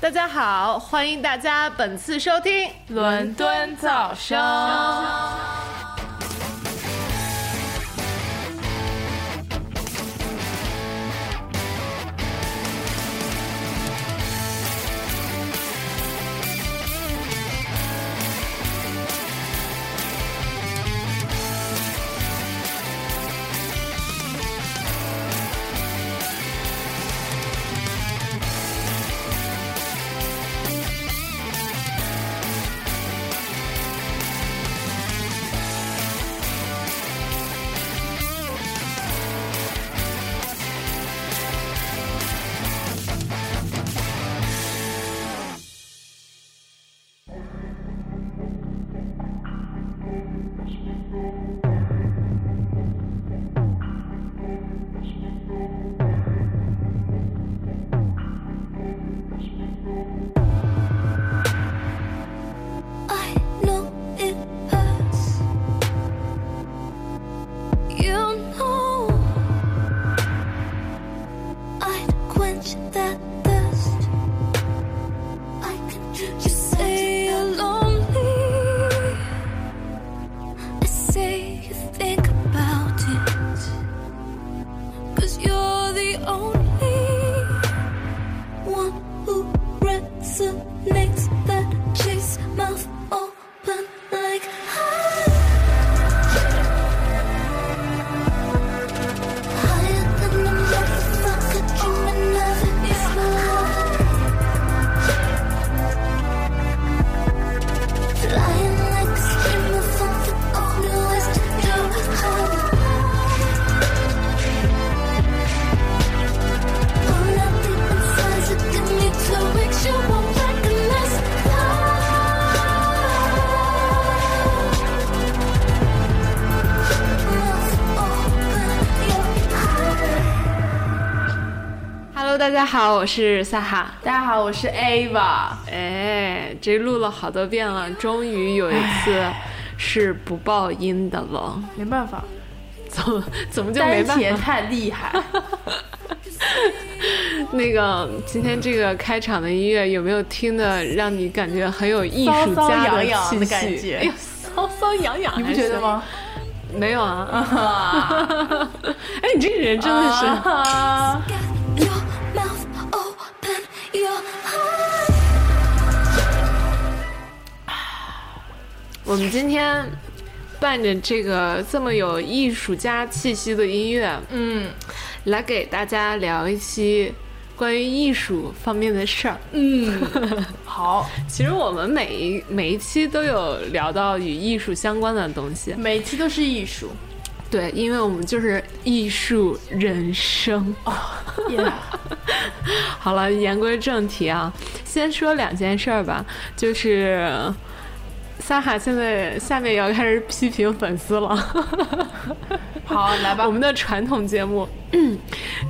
大家好，欢迎大家本次收听《伦敦噪声》。 I know it hurts. You know I'd quench that thirst. I can just say you're lonely. I say you think about it. Cause you're the only one who resonates that chase mouth open like high. Higher than a motherfucker dreaming of is my love. Flying like a stream of thought, the only ways to do Pull up deep inside, so give me to make sure I recognize love. Hello，大家好，我是萨哈。大家好，我是 Ava。哎，这录了好多遍了，终于有一次是不爆音的了。 没办法，怎么怎么就没办丹茄法？太厉 害。那个今天这个开场的音乐有没有听的让你感觉很有艺术骚骚家痒痒气息？的感觉哎呦，骚骚痒痒，你不觉得？吗？没有啊。 哎，你这个人真的是。啊， Your mouth open, your heart. 我们今天伴着这个这么有艺术家气息的音乐，嗯来给大家聊一期关于艺术方面的事儿。嗯，好，其实我们每一每一期都有聊到与艺术相关的东西，每期都是艺 术。对，因为我们就是艺术人生。 好了，言归正题啊，先说两件事儿吧，就是。萨哈现在下面要开始批评粉丝了。好，来吧我。们的传统节目，嗯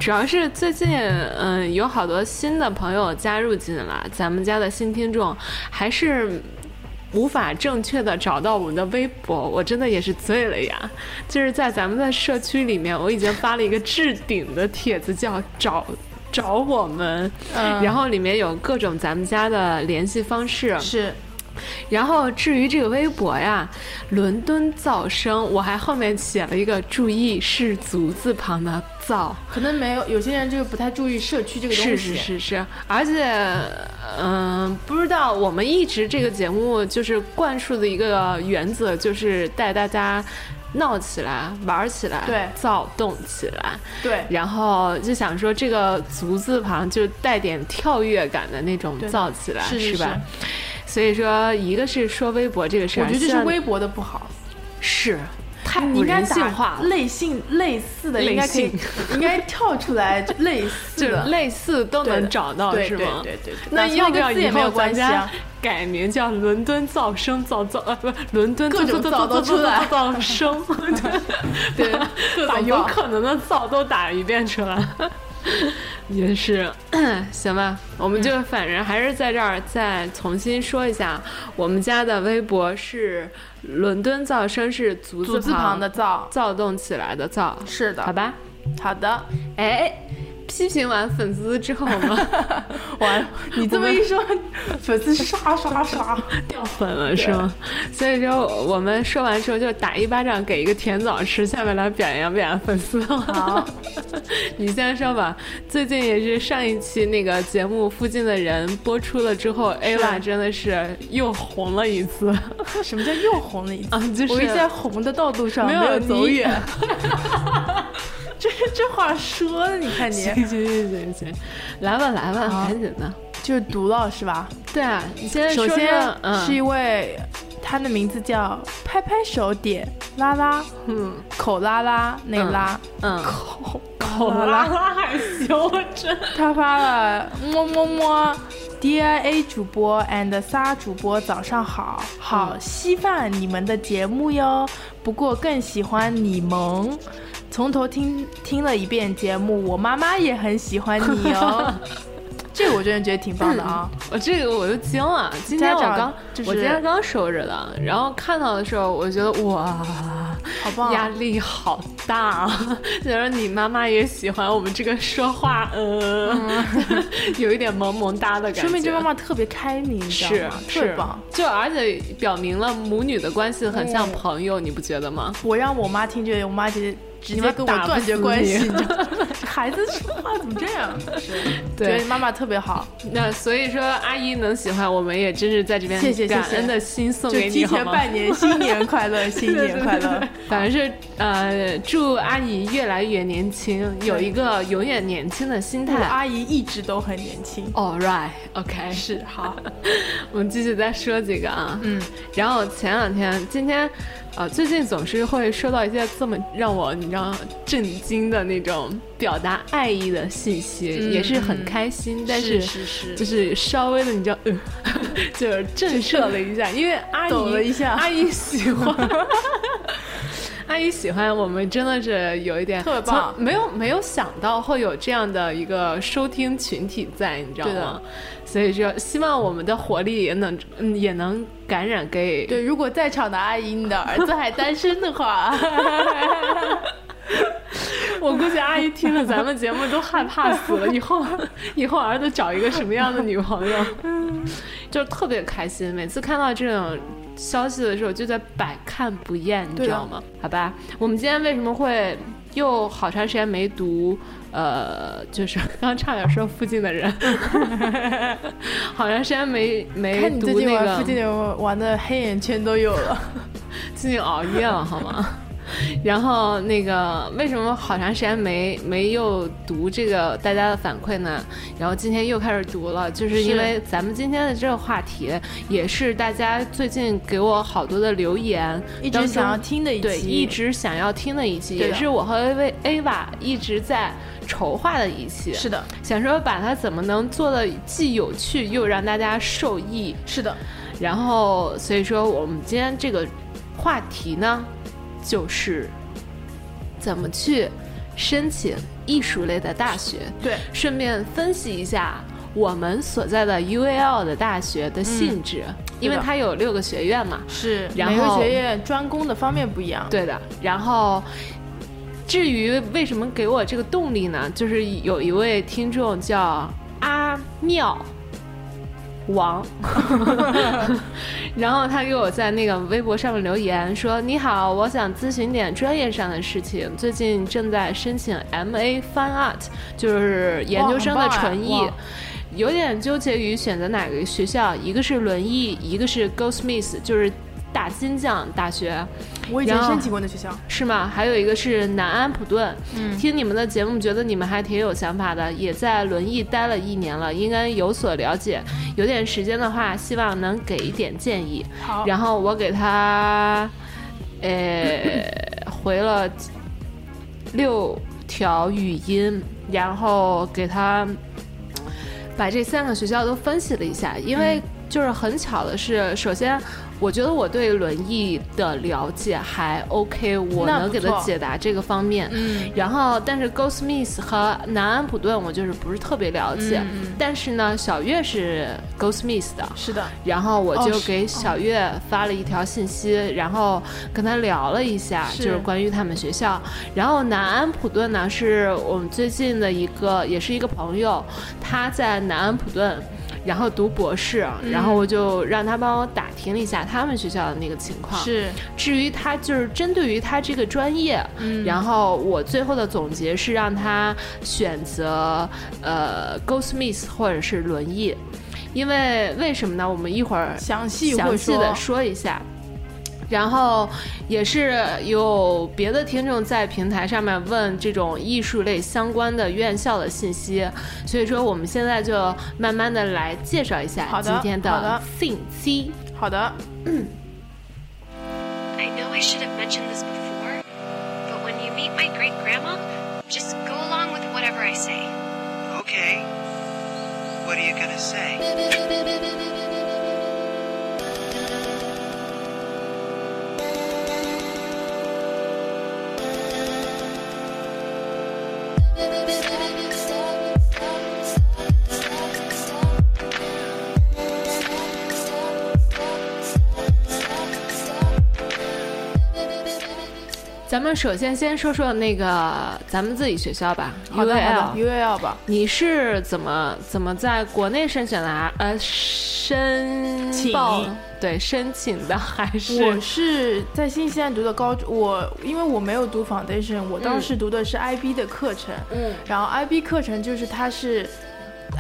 主要是最近嗯有好多新的朋友加入进来，咱们家的新听众还是无法正确的找到我们的微博，我真的也是醉了呀！就是在咱们的社区里面，我已经发了一个置顶的帖子，叫找。找我们，嗯然后里面有各种咱们家的联系方式，是然后至于这个微博呀，伦敦噪声，我还后面写了一个注意是足字旁的噪，可能没有有些人就是不太注意社区这个东西。是是是是，而且嗯、不知道我们一直这个节目就是灌输的一个原则，就是带大家闹起来、玩儿起来、对躁动起来。对然后就想说这个足字旁就带点跳跃感的那种对造起来，是是吧？所以说，一个是说微博这个事儿，我觉得这希是望微博的不好。是。太不你应该人性打化了，类性类似的，应该可以类，应该跳出来 就类似就是的，类似都对的能找到，对是对吗？对对对那打错要一不个要字也以没有后关咱系家啊改名叫伦敦噪声造造呃不伦敦各造种造噪造都出来造造 声， 对，各把种有爆可能的噪都打一遍出来。也是， 行吧，我们嗯就反正还是在这儿再重新说一下，我们家的微博是伦敦噪声是足组字旁的造，躁动起来的躁，是的，好，吧？好 的，哎，批评完粉丝之后嘛， 完，你这么一说， 粉丝刷刷刷，掉粉了是吗？所以说我们说完之后就打一巴掌给一个甜枣吃，下面来表扬表扬粉丝。好， 你先说吧，最近也是上一期那个节目附近的人播出了之后，Ava 真的是又红了一次 什么叫又红 了一次？啊，就是我一直在红的道路上没有有走你远，这这话说的，你看 你 行行行行行，来吧来吧，好赶紧的。就是读了是吧？对啊，你先首说说先是嗯一位，他的名字叫拍拍手点拉拉嗯口拉拉那个拉， 嗯，口口拉拉还行，我真他发了么么么。DIA 主播 and 撒主播早上好，好稀饭你们的节目哟，不过更喜欢你萌，从头听听了一遍节目，我妈妈也很喜欢 你哟，这个我真的觉得挺棒的啊，我这个我就惊了，今天我家长刚、就是我今天刚收着的，然后看到的时候，我觉得哇，好棒！压力好大。啊 然后你妈妈也喜欢我们这个说话，呃， 有一点萌萌哒的感觉，嗯说明这妈妈特别开明，你知是道吗？特别是棒。，就而且表明了母女的关系很像朋友，你不觉得吗？我让我妈听这，我妈直接直你接妈跟我打不断绝死关你系，你知道吗？这孩子说话怎么这样？觉 对得，妈妈特别好，那所以说阿姨能喜欢我们，也真是在这边谢谢谢谢感恩的心送就给提你，好前吗？半年，新年快乐，新年快乐。反正是呃，祝阿姨越来越年轻，有一个永远年轻的心我态。阿姨一直都很年轻， All right, OK，是好， 我们继续再说几个啊。嗯，然后前两天，今天，呃，最近总是会收到一些这么让我你知道震惊的那种表达爱意的信息，嗯也是很开心，但是是，就是是稍微的，你知道，呃、 就是震慑了一下，因为阿姨抖了一下阿姨喜 欢，阿姨喜欢我们，真的是有一点特别棒从没有没有想到会有这样的一个收听群体在，你知道对的吗？所以说，希望我们的活力也能，嗯，也能感染给对，如果在场的阿姨，你的儿子还单身的 话，我估计阿姨听了咱们节目都害怕死了，以 后以后儿子找一个什么样的女朋友，嗯就是特别开心。每次看到这种消息的时候，就在百看不厌，你对啊知的道吗？好吧，我们今天为什么会又好长时间没读？呃，就是刚差点说附近的 人，好长时间没没看你最读近那玩个附近的玩的黑眼圈都有了， 最近熬夜了，好吗？ 然后那个为什么好长时间没没又读这个大家的反馈呢？然后今天又开始读了，就是因为咱们今天的这个话题也是大家最近给我好多的留言，一当直中想要听的一对期，一直想要听的一期，对的也是我和 A Ava 一直在筹划的一期，是的，想说把它怎么能做的既有趣又让大家受益，是的，然后，所以说我们今天这个话题呢，就是怎么去申请艺术类的大学，对，顺便分析一下我们所在的 UAL 的大学的性质，因为它有六个学院嘛。是然每个后学院专攻的方面不一样，对的，然后。至于为什么给我这个动力呢？就是有一位听众叫阿妙 王，然后他给我在那个微博上面留言说：“你好，我想咨询点专业上的事情，最近正在申请 MA Fine Art，就是研究生的纯哇艺很棒啊哇。”有点纠结于选择哪个学校，一个是轮艺，一个是 Goldsmith，就是大金匠大学。我以前然后申请过那学校，是吗？还有一个是南安普顿，听你们的节目，觉得你们还挺有想法的，也在轮椅待了一年了，应该有所了解。有点时间的话，希望能给一点建议。好，然后我给他，呃，回了六条语音，然后给他把这三个学校都分析了一下，因嗯为就是很巧的是，首先我觉得我对轮椅的了解还 OK，我那能不给他错解答这个方面。嗯，然后，但是 Go Smith 和南安普顿我就是不是特别了解，嗯但是呢，小月是 Go Smith 的，是的，然后我哦就是给小月发了一条信息，然后跟她聊了一下，是就是关于他们学校。然后南安普顿呢，是我们最近的一个，也是一个朋友，他在南安普顿。然后读博士，啊然嗯后我就让他帮我打听了一下他们学校的那个情况。是至于他就是针对于他这个专业，嗯然后我最后的总结是让他选择呃 Goldsmith 或者是轮椅，因为为什么呢？我们一会儿详细详会细说的说一下。然后也是有别的听众在平台上面问这种艺术类相关的院校的信息，所以说我们现在就慢慢的来介绍一下好的今天好的信息。好的， I know I should have mentioned this before, but when you meet my great grandma, just go along with whatever I say. Okay. What are you gonna say? 咱们首先先说说那个咱们自己学校吧好的好的，UL， ，UAL 吧，你是怎么怎么在国内申请的啊？呃，申请报对申请的还是我是在新西兰读的高中，我因为我没有读 foundation，我当时读的是 IB 的课程，嗯，然后 IB 课程就是它是。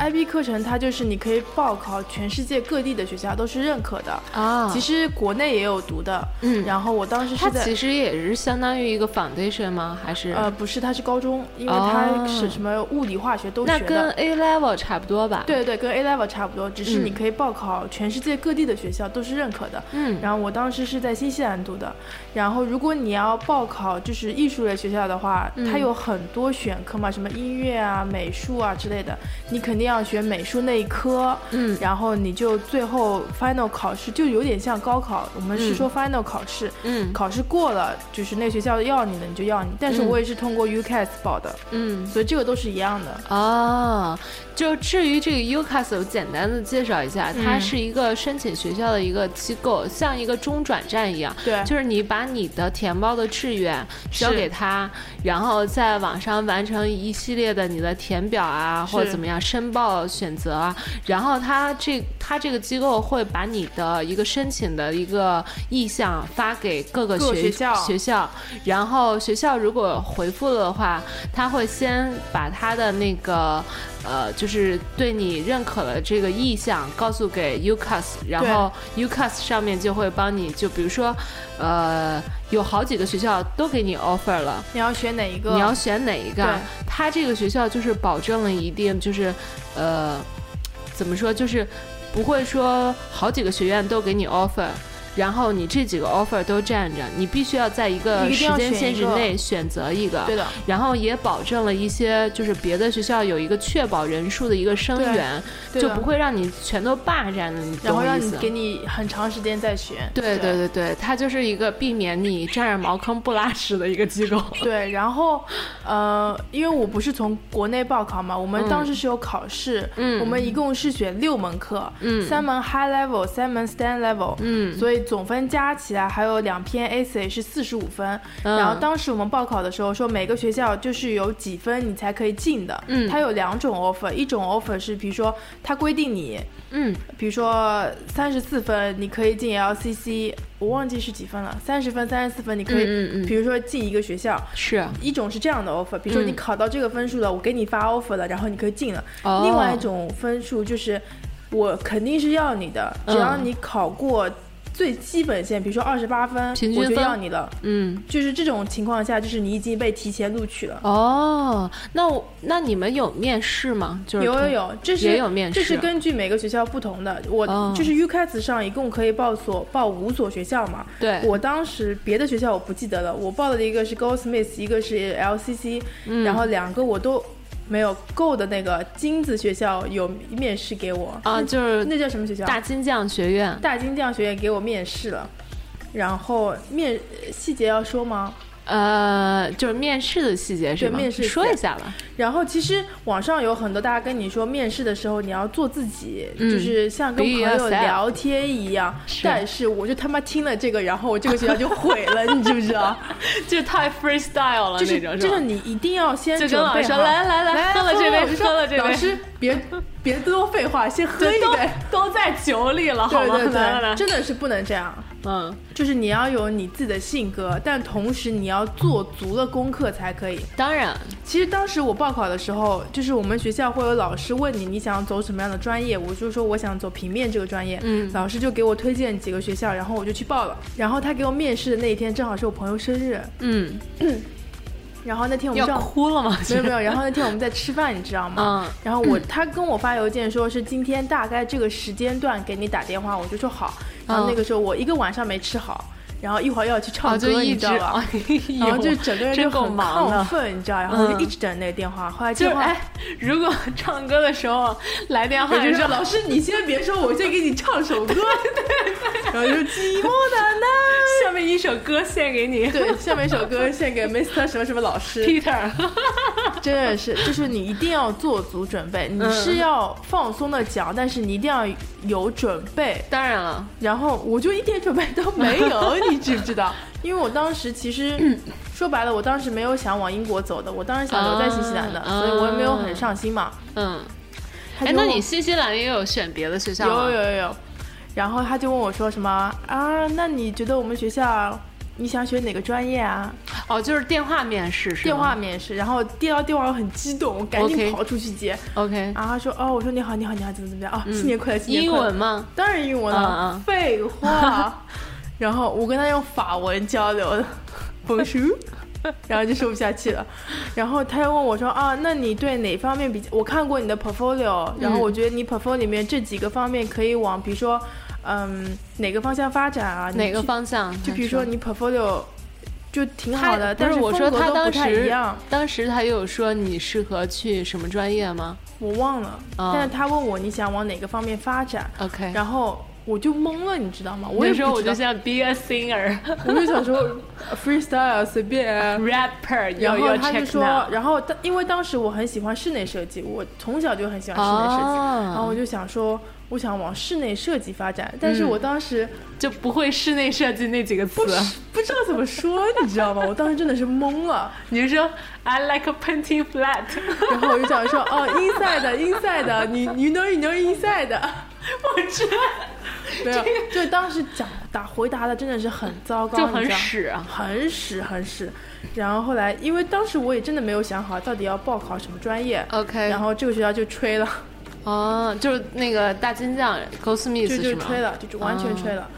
IB 课程它就是你可以报考全世界各地的学校，都是认可的。啊？其实国内也有读的，嗯然后我当时它是在其实也是相当于一个 foundation 吗？还是呃不是，它是高中，因为哦它是什么物理化学都那学跟的。 A level 差不多吧？，对对，跟 A level 差不多，只是嗯你可以报考全世界各地的学校，都是认可的。嗯然后我当时是在新西兰读的，然后如果你要报考就是艺术类学校的话，嗯它有很多选科嘛，什么音乐啊、美术啊之类的，你肯定要选美术那一科。嗯然后你就最后 final 考试就有点像高考，我们是说 final 考试，嗯考试过了就是那学校要你的你就要你，但是嗯我也是通过 UCAS 报的，嗯。所以这个都是一样的。哦，就至于这个 UCAS，我简单的介绍一下，它是一个申请学校的一个机构，像一个中转站一样。对就是你把你的填报的志愿交是给他，然后在网上完成一系列的你的填表啊，或者是怎么样申报选择啊，然后他这他这个机构会把你的一个申请的一个意向发给各个各个学学校学校，然后学校如果回复了的话，他会先把他的那个呃，就是对你认可的这个意向告诉给 UCAS，然后 UCAS 上面就会帮你，就比如说，呃，有好几个学校都给你 offer 了，你要选哪一个？你要选哪一个啊对？他这个学校就是保证了一定，就是呃，怎么说，就是不会说好几个学院都给你 offer。然后你这几个 offer 都占着，你必须要在一个你一时定要间选限一制个内选择一个，对的，然后也保证了一些就是别的学校有一个确保人数的一个生源，对就的不会让你全都霸占了，你懂然后我让意你思？给你很长时间再选。对对对对，它就是一个避免你占着茅坑不拉屎的一个机构。对，然后，呃，因为我不是从国内报考嘛，我们当时是有考试，嗯我们一共是选六门课，嗯三门 high level，三门 stand level，嗯所以总分加起来还有两篇 essay 是四十五分，嗯然后当时我们报考的时候说每个学校就是有几分你才可以进的，嗯它有两种 offer，一种 offer 是比如说它规定你，嗯，比如说三十四分你可以进 LCC，我忘记是几分了，三十分、三十四分你可以，嗯嗯嗯比如说进一个学校。是一种 是这样的 offer，比如说嗯你考到这个分数了，我给你发 offer 了，然后你可以进了。哦另外一种分数就是，我肯定是要你的，只要嗯你考过最基本线，比如说二十八分，平均我就分要你了。嗯，就是这种情况下，就是你已经被提前录取了。哦，那我那你们有面试吗？就是有有通有，这是也有面试，这是根据每个学校不同的。我、哦就是 UCAS 上一共可以报所报五所学校嘛。对我当时别的学校我不记得了，我报的一个是 Goldsmith，一个是 LCC，、然嗯后两个我都没有 Go 的那个金子学校有面试给我啊，就是那叫什么学校？大金匠学院。大金匠学院给我面试了，然后面呃细节要说吗？呃，就是面试的细节是对吗？面试说细一节下 吧。然后其实网上有很多大家跟你说，面试的时候你要做自己，嗯就是像跟朋 Be 友 yourself 聊天一样。是但是我就他妈听了这个，然后我这个学校就毁 了，你知不知道？就是太 freestyle 了就是啊那种，就是吧你一定要先就跟准老备师说好来来来来喝了这杯我就说喝了这杯老师别别多废话，先喝一杯。都都在酒里了，好对吗？对来来对，来，真的是不能这样。嗯，就是你要有你自己的性格，但同时你要做足了功课才可以。当然，其实当时我报考的时候，就是我们学校会有老师问你你想走什么样的专业，我就说我想走平面这个专业，嗯老师就给我推荐几个学校，然后我就去报了。然后他给我面试的那一天正好是我朋友生日，嗯， 然后那天我们要正好哭了吗？没有没有，然后那天我们在吃饭，你知道吗？嗯然后我他跟我发邮件说是今天大概这个时间段给你打电话，我就说好。然后那个时候我一个晚上没吃好，然后一会儿要去唱哦，歌，嗯就一你直，知道 吧？然后就整个人就真够很忙亢的。奋，你知道，然后我就嗯一直等那个电话。后来就是电话哎，如果唱歌的时候来电话，我就你说说哎哎老师，你先别说，我先给你唱首 歌。然后就寂寞的呢。下面一首歌献给你 对，下面一首歌献给 Mr 什么什么老师， ，Peter。 真的是，就是你一定要做足准备，你是要放松的讲，但是你一定要有准备。当然了，然后我就一点准备都没 有，你知不知道？因为我当时其 实说白了，我当时没有想往英国走的，我当时想留在新西兰的，啊所以我也没有很上心嘛。嗯，他哎，就那你啊新西兰也有选别的学校吗？有有有有。然后他就问我说什么啊？那你觉得我们学校你想选哪个专业啊？哦，就是电话面试是吗电话面试。然后接到电话我很激动，我赶紧 OK 跑出去接。 ，OK，然后他说哦，我说你好你好你好怎么怎么样啊？新年快乐，新年嗯英快乐文？吗？当然英文嗯了嗯，废话。 然后我跟他用法文交流的，b 叔， 然后就说不下去了。然后他又问我说啊，那你对哪方面比较？我看过你的 portfolio，然嗯后我觉得你 portfolio 里面这几个方面可以往，比如说，嗯，哪个方向发展啊？你哪个去？方向？就比如说你 portfolio 就挺他好的，不但是我说风格他都不当太一时样，当时他有说你适合去什么专业吗我忘了。嗯但是他问我你想往哪个方面发展， ？OK，然后我就懵了，你知道吗？我也不那时候我知道就想 be a singer 我就想说 freestyle 随便啊、 rapper， 然后 yo, yo, 他就 check 说 now，然后当因为当时我很喜欢室内设计，我从小就很喜欢室内设计，哦然后我就想说，我想往室内设计发展，但是我嗯当时就不会室内设计那几个词不。是不知道怎么说，你知道吗？我当时真的是懵了，你就说 I like a painting flat， 然后我就想说，哦，inside inside，你你 know you know inside，我知道， 没有，就当时讲答回答的真的是很糟糕，就你很知道屎啊。很屎很屎。然后后来，因为当时我也真的没有想好到底要报考什么专业 OK 然后这个学校就吹了，哦，就是那个大金匠 Goldsmith 就就是吗哦吹了，就就完全吹了。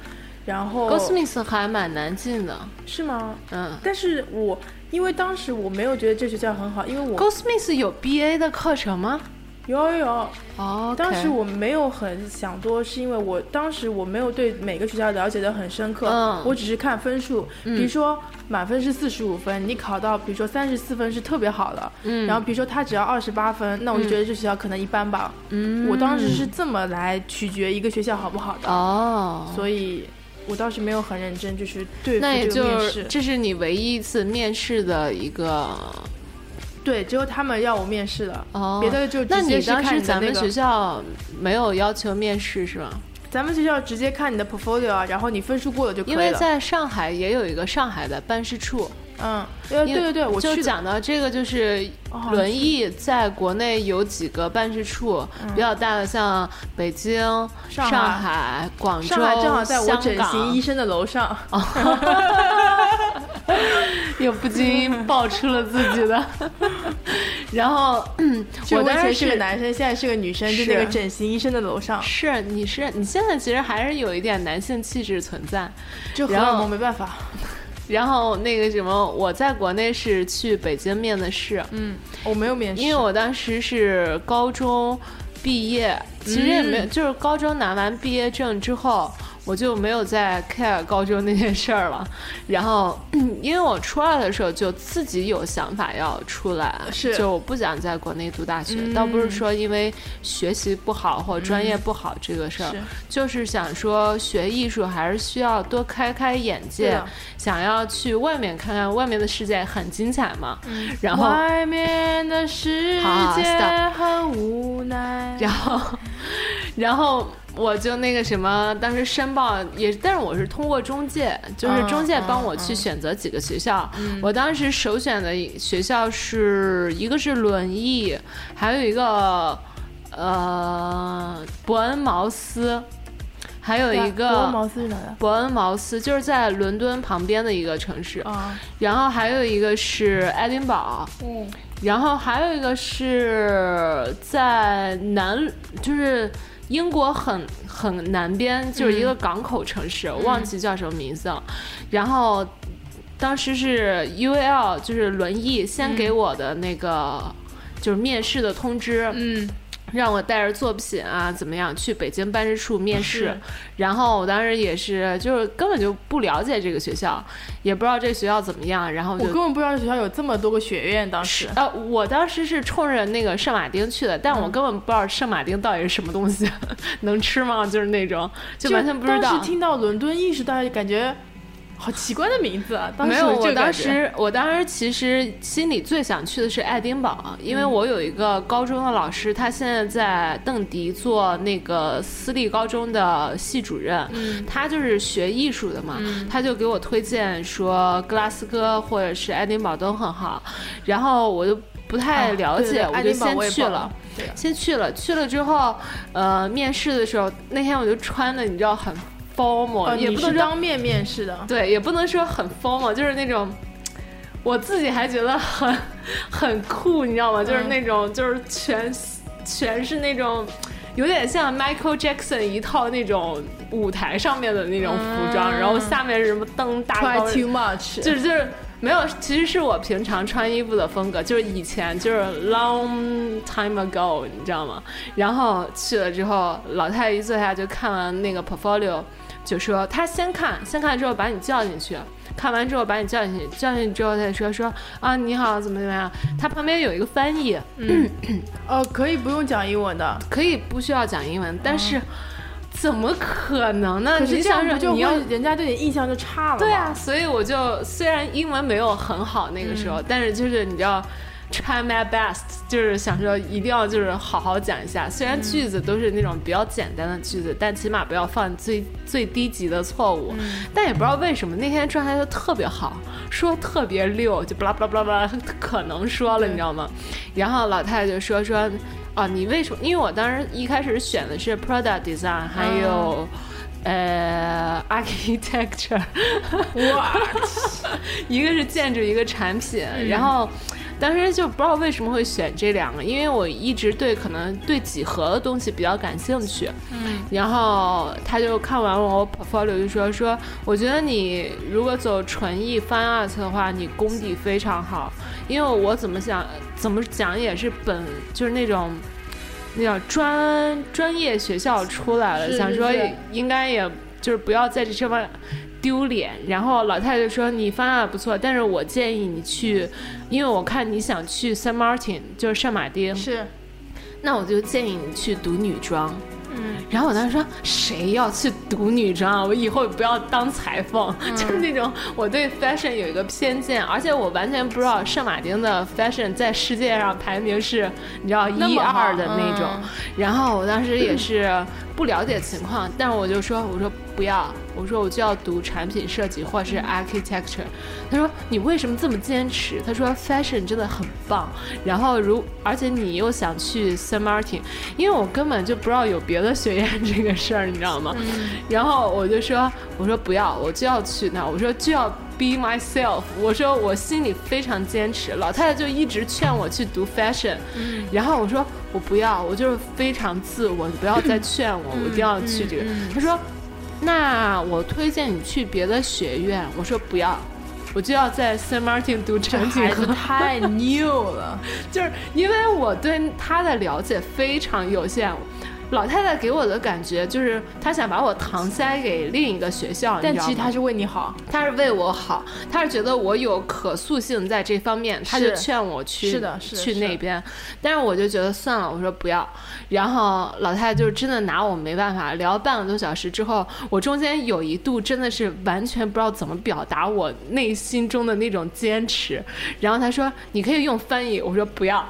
然后 Goldsmith 还蛮难进的，是吗？嗯。但是我因为当时我没有觉得这学校很好，因为我 Goldsmith 有 BA 的课程吗？有有有，哦、当时我没有很想多，是因为我当时我没有对每个学校了解的很深刻，嗯我只是看分数，比如说满分是四十五分，你考到比如说三十四分是特别好的，嗯然后比如说他只要二十八分，那我就觉得这学校可能一般吧，嗯，我当时是这么来取决一个学校好不好的，哦，所以我当时没有很认真，就是对那也付这个就面是试，这是你唯一一次面试的一个对，只有他们要我面试了，哦，别的就直那接你是当看时你的咱那们个学校没有要求面试是吗？咱们学校直接看你的 portfolio，啊然后你分数过了就可以因了，为在上海也有一个上海的办事处，嗯，呃，对因为对对，我就去了。讲到这个，就是哦轮椅在国内有几个办事处比较大的，像北京、嗯上海海、广州、上海正好在我香整港形医生的楼上，又不经意 爆出了自己的。 然 后就我我以当时前是个男生，现在是个女生，就是那个整形医生的楼上，是你是你现在其实还是有一点男性气质存在。就荷然尔后蒙没办法。然后那个什么，我在国内是去北京面的试，嗯，我没有免试，因为我当时是高中毕业，嗯其实也没有，就是高中拿完毕业证之后，我就没有再 care 高中那件事儿了。 然后， 因为我初二的时候就自己有想法要出来，是嗯就我不想在国内读大学，倒不是说因为学习不好或专业不好这个事儿，嗯是就是想说学艺术还是需要多开开眼对啊界的，想要去外面看看外面的世界很精彩嘛。嗯然后。外面的世好啊界，stop 很无奈。 然后，然后我就那个什么，当时申报也，但是我是通过中介，就是嗯中介帮我去选择几个学校。我当时首选的学校是一个是轮艺，还有一个呃伯恩茅斯，还有一对啊博个茅斯是哪的？伯恩茅斯，就是在伦敦旁边的一个城市。啊，然后还有一个是爱丁堡，嗯，然后还有一个是在南，就是英国很很南边，就是一个港口城市，我忘记叫什么名字了。嗯然后当时是 UL，就是轮椅先给我的那个、就是面试的通知，嗯，让我带着作品啊，怎么样去北京办事处面试是？然后我当时也是，就是根本就不了解这个学校，也不知道这个学校怎么样，然后我就根。本不知道学校有这么多个学院，当时。呃，我当时是冲着那个圣马丁去的，嗯但我根本不知道圣马丁到底是什么东西， 能吃吗？就是那种，就完全不知当道时。听到伦敦艺术大学，感觉好奇怪的名字啊！当时没有，这我个感当觉时我当时其实心里最想去的是爱丁堡，因嗯为我有一个高中的老师，他现在在邓迪做那个私立高中的系主任，嗯他就是学艺术的嘛，他就给我推荐说格拉斯哥或者是爱丁堡都很好，然后我就不太了解，啊对对对爱就丁堡我也先去报了。对啊先去了，去了之后，呃，面试的时候那天我就穿的你知道很 formal，、呃，也你不能是说当面面试的，对，也不能说很疯嘛，就是那种。我自己还觉得很很酷，你知道吗？就是那种，就是全全是那种，有点像 Michael Jackson 一套那种舞台上面的那种服装，然后下面是什么灯大，try 高， too much，就是就是没有，其实是我平常穿衣服的风格，就是以前就是 long time ago，你知道吗？然后去了之后，老太太一坐下就看完那个 portfolio，就说她先看，先看之后把你叫进去。看完之后把你叫进去，叫进去之后再说说啊你好怎么怎么样，她旁边有一个翻译，哦，可以不用讲英文的，可以不需要讲英文，但是怎么可能呢？哦可你是这想样想不就你要会人家对你印象就差了？对啊，，所以我就虽然英文没有很好那个时候，但是就是你知道。Try my best，就是想说一定要就是好好讲一下。虽然句子都是那种比较简单的句子，但起码不要犯最最低级的错误。但也不知道为什么那天状态就特别好，说特别溜，就巴拉巴拉巴拉巴拉，可能说了，你知道吗？然后老太太就说说，啊，你为什么？因为我当时一开始选的是 product design，还有、呃 architecture，哇，一个是建筑，一个产品，然后。当时就不知道为什么会选这两个，因为我一直对可能对几何的东西比较感兴趣。嗯，然后他就看完我 portfolio 就说说，我觉得你如果走纯艺 fine art 的话，你功底非常好，因为我怎么想怎么讲也是本就是那种。那叫专专业学校出来了，是想是说是应该也就是不要在这上面丢脸。然后老太太说你方案不错，但是我建议你去，因为我看你想去 San Martin，就是圣马丁，是那我就建议你去读女装。嗯，然后我当时说，谁要去读女装啊？我以后不要当裁缝，嗯 就是那种我对 fashion 有一个偏见，而且我完全不知道圣马丁的 fashion 在世界上排名是，你知道那一么好二的那种。然后我当时也是不了解情况，但是我就说，我说不要，我说我就要读产品设计或者是 architecture。他说你为什么这么坚持？他说 fashion 真的很棒，然后如而且你又想去 San Martin，因为我根本就不知道有别的学院这个事儿，你知道吗？然后我就说，我说不要，我就要去那儿，我说就要 be myself，我说我心里非常坚持，老太太就一直劝我去读 fashion，、然嗯后我说我不要，我就是非常自我，你不要 再劝我，嗯我一定要去这个。她说，那我推荐你去别的学院，我说不要。我就要在 Saint Martin 读产品孩和子太 new 了， 就是因为我对她的了解非常有限，老太太给我的感觉就是她想把我搪塞给另一个学校，但你知道其实吗他是为你好，她是为我好，她是觉得我有可塑性在这方面，她就劝我去是的是的去是的那边，但是我就觉得算了，我说不要。然后老太太就是真的拿我没办法，聊半个多小时之后，我中间有一度真的是完全不知道怎么表达我内心中的那种坚持。然后她说你可以用翻译，我说不要，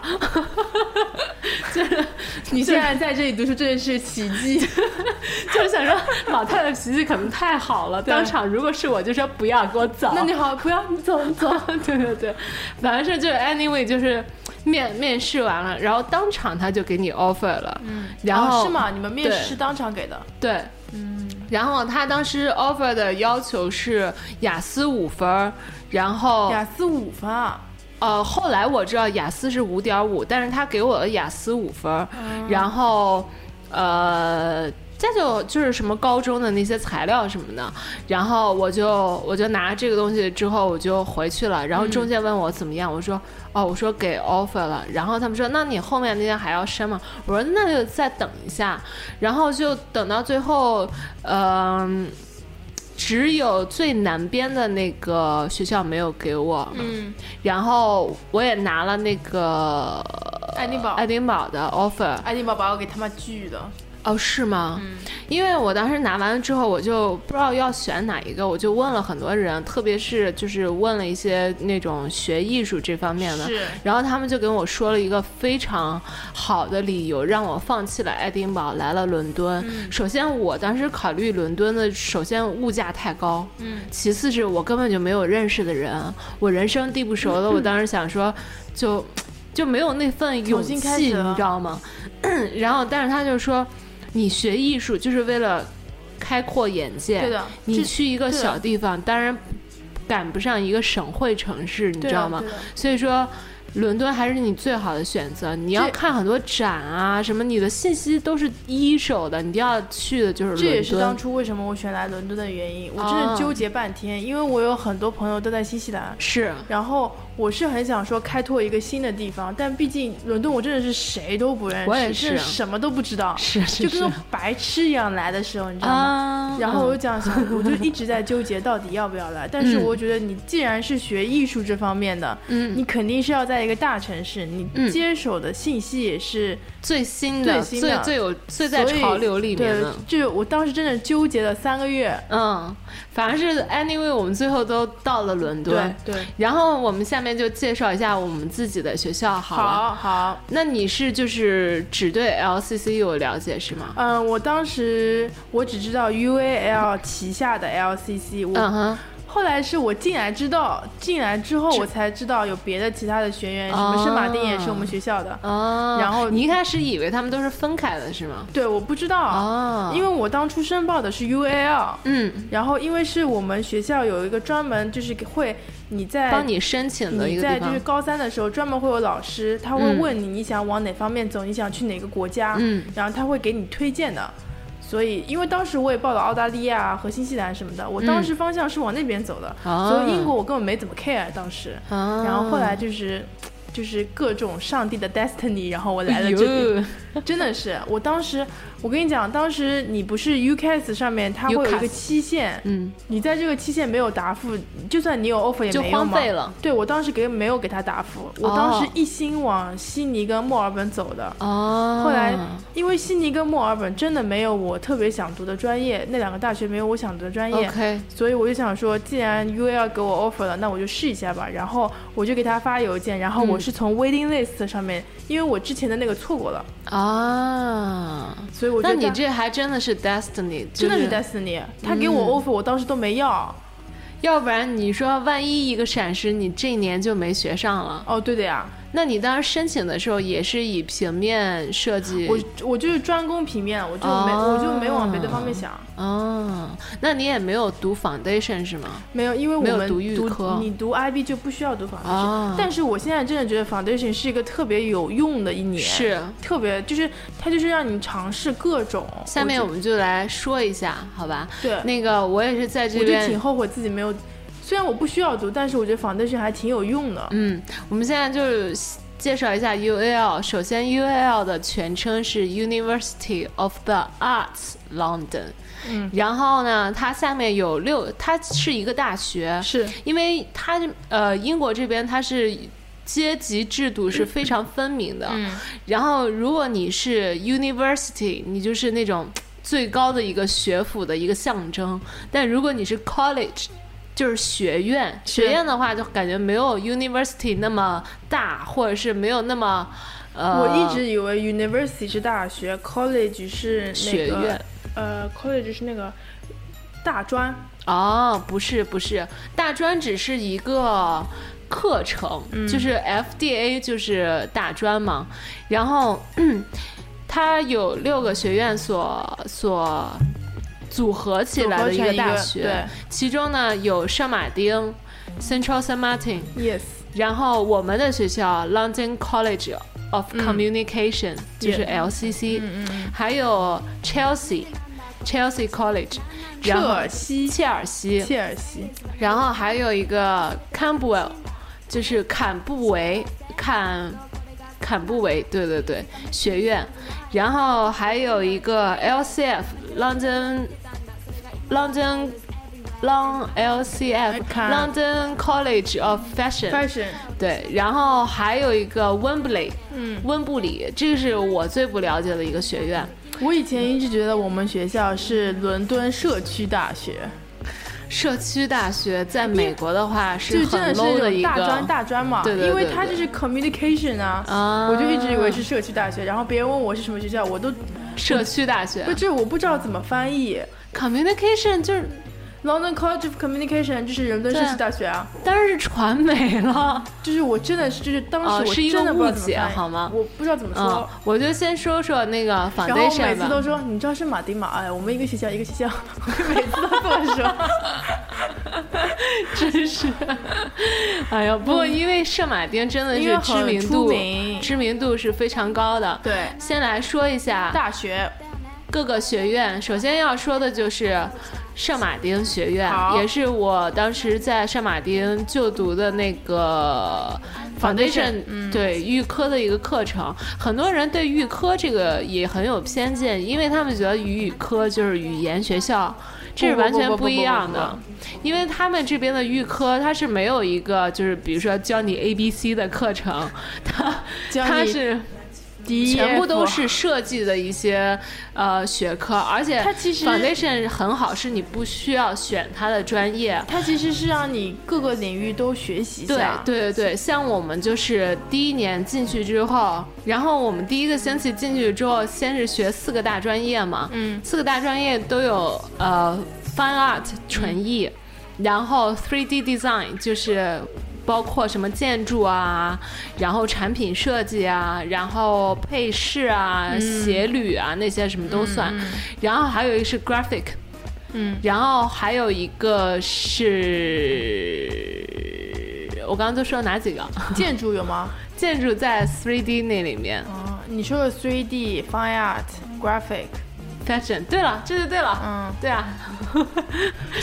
就是你现在在这里读书真的是奇迹， 就是想说老太太脾气可能太好了，当场如果是我就说不要，给我走。那你好，不要你走你走。对对对，反正是就是 anyway 就是面面试完了，然后当场他就给你 offer 了，嗯，然后、哦是吗？你们面对试当场给的，对，嗯，然后他当时 offer 的要求是雅思五分儿，然后雅思五分啊，呃，后来我知道雅思是五点五，但是他给我的雅思五分儿，然后呃，再就就是什么高中的那些材料什么的，然后我就我就拿这个东西之后我就回去了，然后中介问我怎么样，我说哦，我说给 offer 了，然后他们说那你后面那些还要申吗？我说那就再等一下，然后就等到最后，嗯、只有最南边的那个学校没有给我，嗯，然后我也拿了那个爱丁堡，呃爱丁堡的 offer，爱丁堡把我给他妈拒的，哦，是吗？嗯因为我当时拿完了之后，我就不知道要选哪一个，我就问了很多人，特别是就是问了一些那种学艺术这方面的是，然后他们就跟我说了一个非常好的理由，让我放弃了爱丁堡，来了伦敦。嗯首先，我当时考虑伦敦的，首先物价太高，嗯，其次是我根本就没有认识的人，我人生地不嗯熟的，我当时想说，就就没有那份重勇新气，开你始了知道吗？ 然后，但是他就说，你学艺术就是为了开阔眼界。对的你这去一个对的小地方，当然赶不上一个省会城市，你对知的道吗对啊的？所以说。伦敦还是你最好的选择。你要这看很多展啊，什么，你的信息都是一手的。你一定要去的就是伦这敦。也是当初为什么我选来伦敦的原因。我真啊的纠结半天，因为我有很多朋友都在新西兰，是然后我是很想说开拓一个新的地方，但毕竟伦敦我真的是谁都不认识，我也是真的什么都不知道，是是就跟是个白痴一样来的时候，你知道吗？啊然后我就嗯这样想，我就一直在纠结到底要不要来。但是我觉得你既然是学艺术这方面的，嗯你肯定是要在一个大城市，你接手的信息也是最新的、最新的最有、最在所以潮流里面对的。，就是我当时真的纠结了三个月。嗯，反正是 anyway，我们最后都到了伦敦。对对然后我们下面就介绍一下我们自己的学校好啊了。好好，那你是就是只对 LCC 有了解是吗？嗯，我当时我只知道 UAL 旗下的 LCC，我、嗯哼，后来是我进来知道，进来之后我才知道有别的其他的学院，什么圣马丁也是我们学校的。哦，然后你一开始以为他们都是分开的是吗？对，我不知道，哦因为我当初申报的是 UAL，嗯，然后因为是我们学校有一个专门就是会你在帮你申请的一哎你个地在就方是。高三的时候，专门会有老师，他会问你你想往哪方面走，你想去哪个国家，嗯然后他会给你推荐的。所以，因为当时我也报了澳大利亚和新西兰什么的，我当嗯时方向是往那边走的，哦所以英国我根本没怎么 care 当时。哦然后后来就是，就是各种上帝的 destiny，然后我来了这哎里呦，真的是我当时，我跟你讲，当时你不是 UCAS 上面它会有一 UCAS 个期限，嗯，你在这个期限没有答复，就算你有 offer 也就没用荒嘛废了。对我当时给没有给他答复，我当时一心往悉尼跟墨尔本走的。哦，后来，因为悉尼跟墨尔本真的没有我特别想读的专业，那两个大学没有我想读的专业 OK 所以我就想说，既然 U L 给我 offer 了，那我就试一下吧。然后我就给他发邮件，然后嗯我是从 waiting list 上面，因为我之前的那个错过了，啊，所以我觉那得你这还真的是 destiny，真的就是嗯 destiny，、他给我 offer 我当时都没要。要不然你说万一一个闪失，你这一年就没学上了。哦，对的呀，那你当时申请的时候也是以平面设计？我我就是专攻平面，我就没、我就没往别的方面想，哦，那你也没有读 foundation 是吗？没有，因为我没有们读预科你读 IB 就不需要读 foundation，、啊但是我现在真的觉得 foundation 是一个特别有用的一年，是。特别就是它就是让你尝试各种。下面我我们就来说一下，好吧？对那个我也是在就这我就挺边。后悔自己没有，虽然我不需要读，但是我觉得 foundation 还挺有用的。嗯，我们现在就是介绍一下 UAL。首先，UAL 的全称是 University of the Arts London。嗯，然后呢，它下面有六，它是一个大学，是因为它呃英国这边它是阶级制 度是非常分明的，嗯然后如果你是 university，你就是那种最高的一个学府的一个象征，但如果你是 college。就是学院，学院的话就感觉没有 university 那么大，或者是没有那么，呃，我一直以为 university 是大学，college 是那个学院，呃，college 是那个大专，哦，不是不是，大专只是一个课程，嗯就是 FDA 就是大专嘛，然后嗯它有六个学院所所组合起来的一组合个成一个大学，对其中呢有圣马丁 （Central Saint Martin）， Yes，然后我们的学校 London College of 嗯 Communication、就是 LCC，、还有 Chelsea Chelsea College，然后切尔西切尔西，切尔西，然后还有一个 Campbell，就是坎布维坎坎布维，对对对，学院，然后还有一个 LCF London London。Long LCF 看 London College of fashion 对，然后还有一个温布雷，嗯，温布里，这个是我最不了解的一个学院。我以前一直觉得我们学校是伦敦社区大学，社区大学在美国的话就是真很的是 low 那的种一个大专大专嘛，对对对因为它就是 communication 啊，啊我就一直以为是社区大学，然后别人问我是什么学校，我都不社区大学啊这我不知道怎么翻译。 ，communication 就是。 London College of Communication 就是伦敦社区大学啊，当然是传媒了，就是我真的是就是当哦时我是一个真的不知道误怎么解翻译好吗我不知道怎么说。嗯，我就先说说那个然后我 foundation 每次吧。都说，你知道是马丁吗？哎，我们一个学校一个学校，我每次都这么说。 真是， 哎呀，不过因为圣马丁真的嗯因为是知很名出度，名知名度是非常高的。对先来说一下大学各个学院，首先要说的就是圣马丁学院，好也是我当时在圣马丁就读的那个 foundation，、对嗯预科的一个课程。很多人对预科这个也很有偏见，因为他们觉得语语科就是语言学校。这是不不完不全不不一样不不的，因为他们这边的预科，它是没有一个就是比如说教你 A B C 的课程，它教它你是第一全部都 E F 是设计的一些呃学科，而且它其实 foundation 很好，是你不需要选它的专业。它其实是让你各个领域都学习一对下。对对 对，像我们就是第一年进去之后，然后我们第一个星期进去之后，先是学四个大专业嘛，嗯四个大专业都有呃 fine art 纯艺，然后 3D design 就是包括什么建筑啊，然后产品设计啊，然后配饰啊、嗯鞋履啊那些什么都算，然后还有一个是 graphic。嗯，然后还有一个是，我刚刚都说哪几个？ 建筑有吗？建筑在 3D 那里面啊，你说的 3D、Fine Art、Graphic， ，fashion。对了，这就对了，嗯，对啊，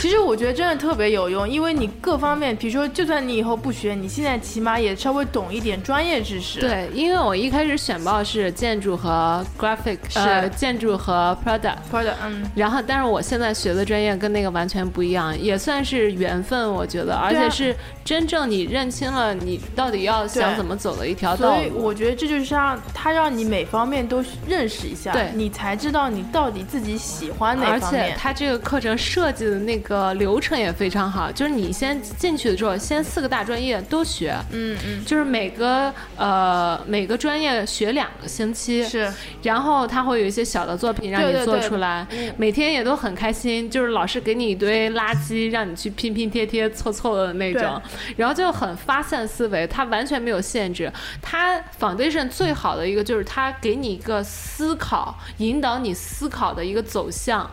其实我觉得真的特别有用，因为你各方面，比如说，就算你以后不学，你现在起码也稍微懂一点专业知识。，对，因为我一开始选报是建筑和 graphic，是呃，建筑和 product。或者嗯，然后，但是我现在学的专业跟那个完全不一样，也算是缘分，我觉得，而对啊且是真正你认清了你到底要想对怎么走的一条道所以路。我觉得这就是让它让你每方面都认识一下，对你才知道你到底自己喜欢哪而方且面。它这个课程设计的那个流程也非常好，就是你先进去的时候，先四个大专业都学，嗯嗯，就是每个呃每个专业学两个星期，是，然后他会有一些小的作品让对你对做对出来，每天也都很开心，就是老师给你一堆垃圾让你去拼拼贴贴凑凑的那种，然后就很发散思维，它完全没有限制。它 foundation 最好的一个就是它给你一个思考，引导你思考的一个走向，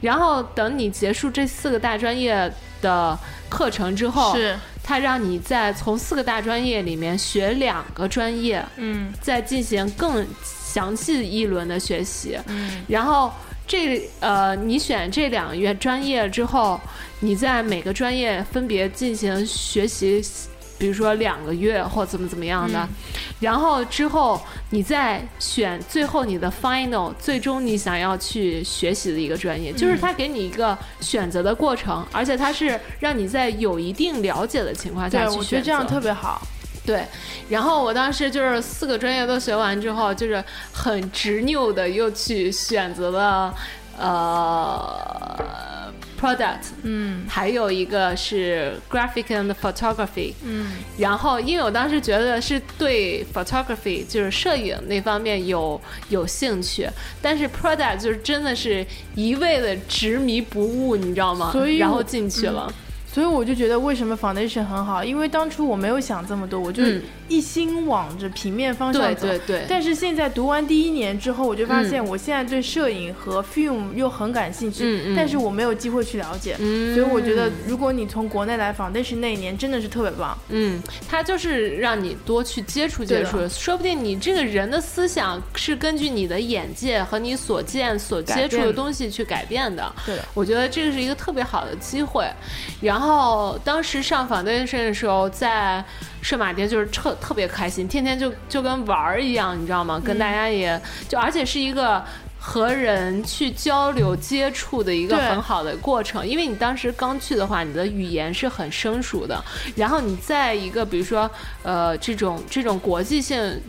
然后等你结束这四个大专业的课程之后，是它让你再从四个大专业里面学两个专业，嗯，再进行更详细一轮的学习。嗯，然后这呃，你选这两个专业之后，你在每个专业分别进行学习，比如说两个月或怎么怎么样的，嗯然后之后你再选最后你的 final，最终你想要去学习的一个专嗯业，就是它给你一个选择的过程，而且它是让你在有一定了解的情况对下，去我觉选得择。这样特别好。对，然后我当时就是四个专业都学完之后，就是很执拗的又去选择了呃 product，嗯还有一个是 graphic and photography，嗯然后，因为我当时觉得是对 photography 就是摄影那方面有有兴趣，但是 product 就是真的是一味的执迷不悟，你知道吗？所以然后我进去了，所以我就觉得为什么 foundation 很好，因为当初我没有想这么多，我就嗯一心往着平面方向对走。对对嗯但是现在读完第一年之后，我就发现我现在对摄影和 film 又很感兴趣，嗯嗯但是我没有机会去了解。嗯所以我觉得，如果你从国内来 foundation 那一年，真的是特别棒。嗯，它就是让你多去接触接对触，说不定你这个人的思想是根据你的眼界和你所见所改接变触的的东西去改变的。对的我觉得这个是一个特别好的机会。然后当时上 foundation 的时候，在圣马丁就是特特别开心，天天就就跟玩儿一样，你知道嗯吗？跟大家也、就，而且是一个。和人去交流接触的一个对很好的过程，因为你当时刚去的话，你的语言是很生疏的，然后你在一个比如说呃这种这种国际性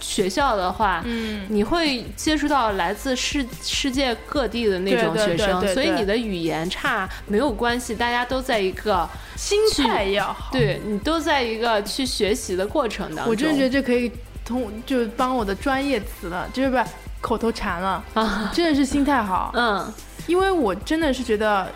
学校的话，嗯，你会接触到来自世世界各地的那种对对学生，对对所以对你的语言差没有关系，大家都在一个心态要好。对你都在一个去学习的过程当中。我真的觉得这可以通，就是帮我的专业词了，就是不是口头禅了，得啊，真的是心态好。嗯，因为我真的是觉得，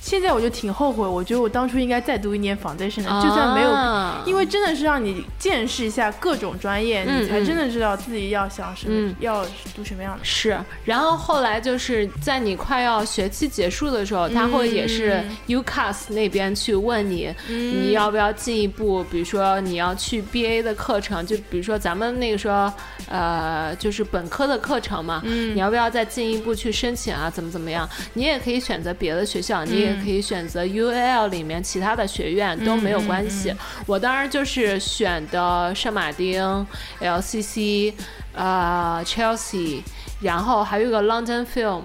现在我就挺后悔，我觉得我当初应该再读一年 foundation 的，就算没有，啊因为真的是让你见识一下各种专业，嗯你才真的知道自己要想什么，嗯要读什么样的。是，然后后来就是在你快要学期结束的时候，他会也是 UCAS 那边去问你，你要不要进一步，比如说你要去 BA 的课程，就比如说咱们那个时候，呃，就是本科的课程嘛，你要不要再进一步去申请啊？怎么怎么样？你也可以选择别的学校，你也可以选择 UAL 里面其他的学院都没有关系。我当时就是选的圣马丁、LCC、呃 Chelsea。然后还有一个 London Film，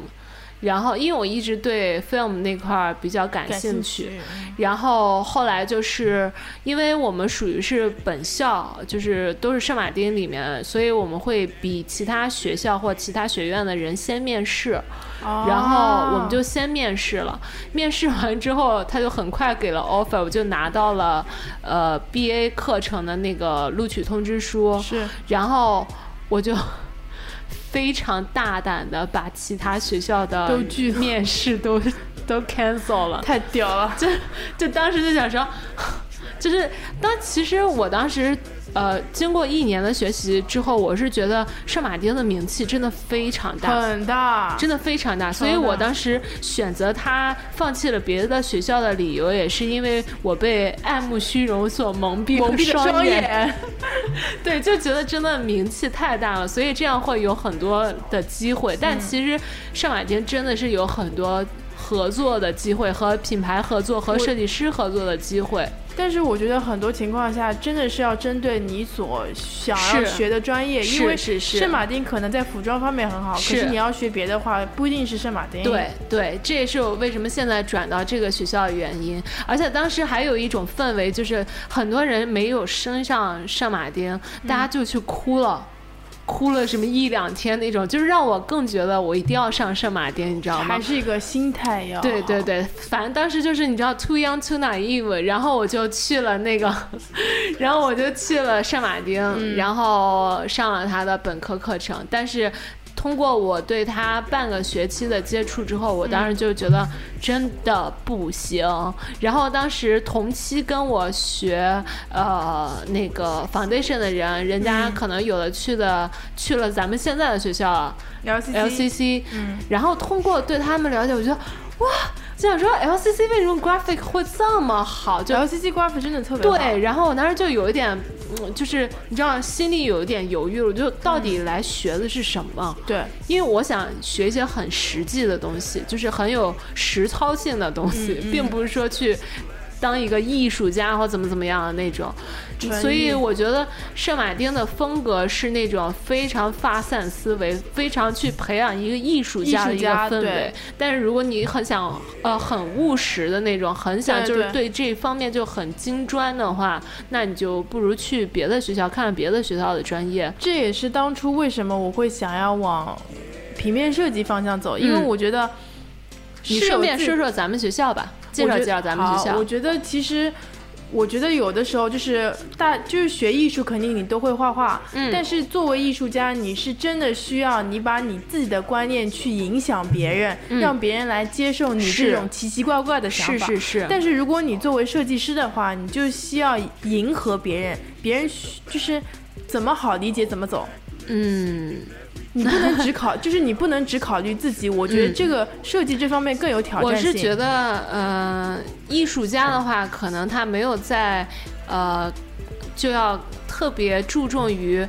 然后因为我一直对 film 那块儿比较感感兴兴趣，趣然后后来就是因为我们属于是本校，就是都是圣马丁里面，所以我们会比其他学校或其他学院的人先面试，然后我们就先面试了。面试完之后，他就很快给了 offer，我就拿到了呃 BA 课程的那个录取通知书，是然后我就 非常大胆的把其他学校的都拒了面试都都 cancel 了，太屌了，就就当时就想说，就是当其实我当时。呃，经过一年的学习之后，我是觉得圣马丁的名气真的非常大，很大，真的非常大，所以常大我当时选择他放弃了别的学校的理由，也是因为我被爱慕虚荣所蒙蔽蒙了蔽的双眼。眼。 对，就觉得真的名气太大了，所以这样会有很多的机会。但嗯其实上海丁真的是有很多合作的机会，和品牌合作、和设计师合作的机会。但是我觉得很多情况下，真的是要针对你所想要是学的专业，是因为是是圣马丁可能在服装方面很好，是可是你要学别的话，不一定是圣马丁。对，对，这也是我为什么现在转到这个学校的原因。而且当时还有一种氛围，就是很多人没有升上圣马丁，大家就去哭了。哭了什么一两天那种，就是让我更觉得我一定要上圣马丁，你知道吗还？是一个心态要对对对，反正当时就是你知道 too young too naive，然后我就去了那个， 然后我就去了圣马丁，然后上了他的本科课程，但是。通过我对他半个学期的接触之后，我当时就觉得真的不行。然后当时同期跟我学呃那个 foundation 的人，人家可能有的去的、去了咱们现在的学校了， LCC LCC，然后通过对他们了解，我觉得哇，就想说 LCC 为什么 graphic 会这么好？就 LCC 瓜皮真的特别好对，然后我当时就有一点，嗯就是你知道，心里有一点犹豫了，就到底来学的是什么？嗯对，因为我想学一些很实际的东西，就是很有实操性的东西，嗯并不是说去当一个艺术家或怎么怎么样的那种。纯所以艺我觉得圣马丁的风格是那种非常发散思维，非常去培养一个艺术家的一艺术个家氛围对。但是如果你很想呃很务实的那种，很想对就是对对这方面就很精专的话，那你就不如去别的学校看看别的学校的专业。这也是当初为什么我会想要往平面设计方向走，因为嗯我觉得你是有顺便自说说咱们学校吧，介我绍觉介绍咱们学好校我。觉得其实，我觉得有的时候就是大就是学艺术，肯定你都会画画，嗯但是作为艺术家，你是真的需要你把你自己的观念去影响别人，让别人来接受你嗯是这种奇奇怪怪的想法。是是是但是如果你作为设计师的话，你就需要迎合别人，别人需就是怎么好理解怎么走。嗯，你不能只考， 就是你不能只考虑自己。我觉得这个设计这方面更有挑战嗯我性。是觉得，呃，艺术家的话，可能他没有在，呃，就要特别注重于。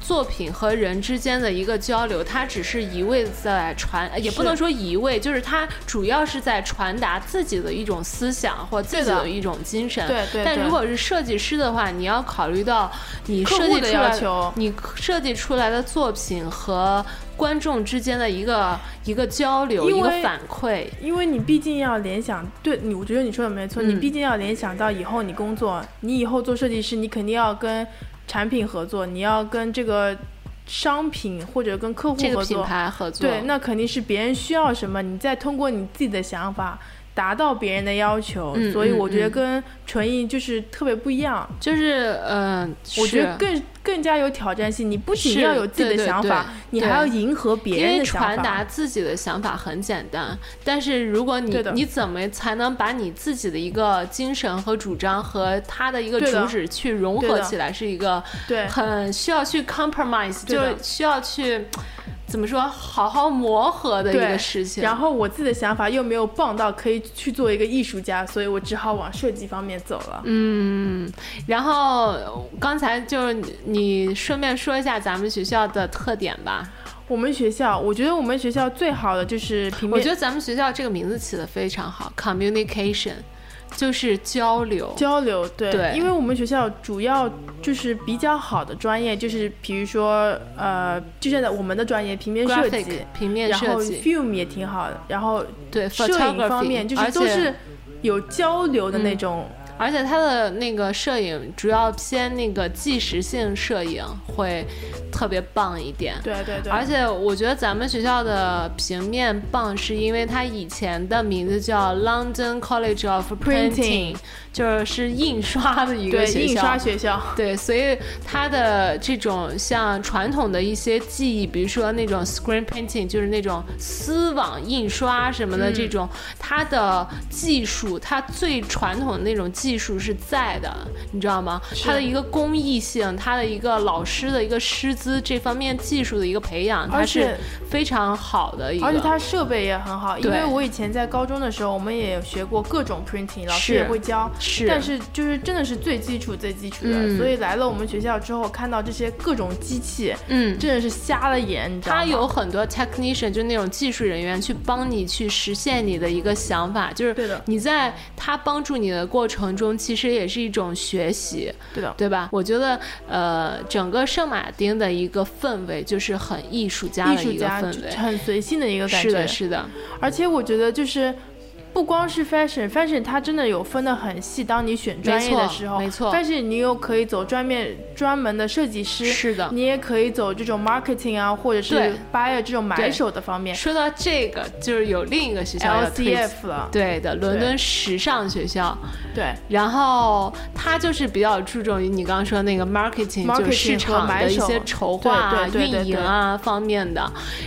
作品和人之间的一个交流，他只是一味地在传，呃也不是能说一味，就是他主要是在传达自己的一种思想或自己的的一种精神。对对但对如果是设计师的话，你要考虑到你客户设计的出来要求你设计出来的作品和观众之间的一个一个交流，因一个为反馈。因为你毕竟要联想，对你，我觉得你说的没错，你嗯毕竟要联想到以后你工作，你以后做设计师，你肯定要跟产品合作，你要跟这个商品或者跟客户合这作，个品牌合作，对，那肯定是别人需要什么，你再通过你自己的想法达到别人的要求，嗯所以嗯我觉得嗯跟纯艺就是特别不一样，就是呃，我觉是得更更加有挑战性，你不仅是要有自己对的对想对法，你还对要迎合别因人为的想法，传达自己的想法很简单，但是如果你对的你怎么才能把你自己的一个精神和主张和他的一个对的主旨去融对合的起来，是一个对很需要去 compromise，对就的需要去怎么说好好磨合的一对，个事情。然后我自己的想法又没有棒到可以去做一个艺术家，所以我只好往设计方面走了。嗯，嗯，然后刚才就是你你顺便说一下咱们学校的特点吧。我们学校，我觉得我们学校最好的就是平面，我觉得咱们学校这个名字起的非常好，communication，就是交流。交流对，对因为我们学校主要就是比较好的专业，就是比如说呃，就现在我们的专业平面设计 graphic 平面然设后计， film 也挺好的，然后对摄影方面 photography，就是而都且嗯是有交流的那种。而且它的那个摄影主要偏那个纪实性摄影会特别棒一点。对对对，而且我觉得咱们学校的平面棒，是因为它以前的名字叫 London College of Printing Printing，就是是印刷的一个对学校。印刷学校。对，所以它的这种像传统的一些技艺，比如说那种 screen painting，就是那种丝网印刷什么的嗯这种，它的技术，它最传统的那种技术是在的，你知道吗？它的一个工艺性，它的一个老师的一个师资这方面技术的一个培养，它而是且非常好的一个。而且它设备也很好，因对为我以前在高中的时候，我们也学过各种 printing，老是师也会教。是但是就是真的是最基础最基础的，嗯所以来了我们学校之后，看到这些各种机器，嗯真的是瞎了眼，你知道吗？他有很多 technician，就是那种技术人员去帮你去实现你的一个想法，就是对的你在他帮助你的过程中，其实也是一种学习，对的，对吧？我觉得，呃，整个圣马丁的一个氛围就是很艺术家艺的术一个家氛就围，很随性的一个感觉。是的，是的，而且我觉得就是不光是 fashion，fashion 它真的有分得很细。当你选专业的时候，没错没错，fashion 你又可以走专面专门的设计师，是的你也可以走这种 marketing 啊，或者是对 buyer 这种买手的方面说到这个，就是有另一个学校要推 LCF 了对的，伦敦时尚学校。对。然后它就是比较注重于你刚刚说的那个 marketing， Marketing 就是市场的一些筹划和啊买、手对对对运营啊方面的。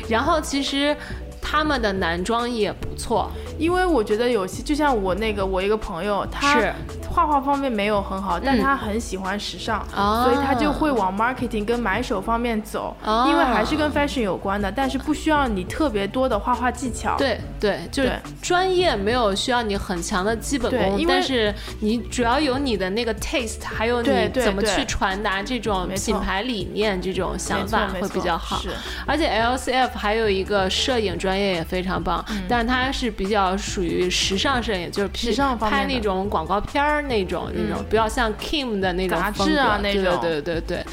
然后其实他们的男装也不错，因为我觉得有些，就像我那个我一个朋友，他是嗯画画方面没有很好，但他很喜欢时尚，啊所以他就会往 marketing 跟买手方面走，啊因为还是跟 fashion 有关的，但是不需要你特别多的画画技巧。对对，就是对专业没有需要你很强的基本对功因为，但是你主要有你的那个 taste，还有你对对怎么对去传达这种没错品牌理念、这种想法没错没会错比较好是。而且 LCF 还有一个摄影专业也非常棒，但它是比较属于时尚摄影，就是嗯时尚方面拍的嗯那种广告片儿那种那种，比较像 Kim 的那种杂风志啊格那对种对对对对。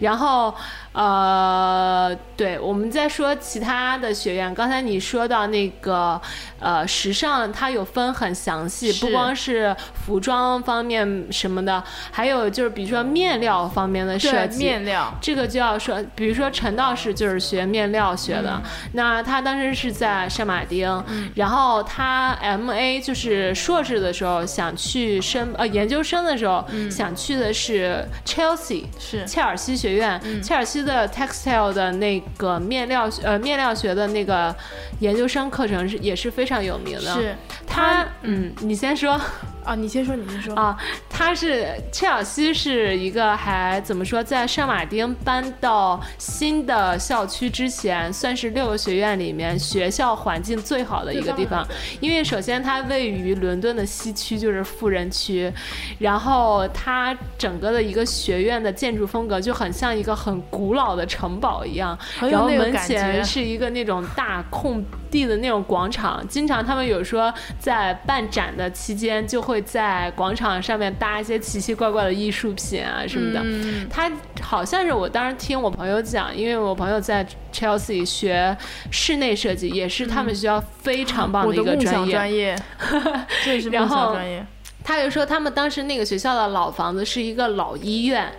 然后，呃，对，我们再说其他的学院。刚才你说到那个，呃，时尚它有分很详细，是不光是服装方面什么的，还有就是比如说面料方面的设对，计。面料。这个就要说，比如说陈道士就是学面料学的，那他当时是在圣马丁，然后他 M A 就是硕士的时候想去申呃研究生的时候、想去的是 Chelsea 是切尔西学院，切尔西的 textile 的那个面料呃面料学的那个研究生课程是也是非常有名的。是他嗯，你先说。啊，你先说，你先说。啊，他是切尔西是一个还怎么说，在圣马丁搬到新的校区之前，算是六个学院里面学校环境最好的一个地方。因为首先它位于伦敦的西区，就是富人区，然后它整个的一个学院的建筑风格就很像一个很古老的城堡一样，很有然后那个门感前觉是一个那种大空地的那种广场，经常他们有说在办展的期间就会在广场上面搭一些奇奇怪怪的艺术品啊什么的。嗯他好像是我当时听我朋友讲，因为我朋友在 Chelsea 学室内设计，也是他们学校非常棒嗯我一的个梦想专业。专业， 这也是梦然想后专业。他就说他们当时那个学校的老房子是一个老医院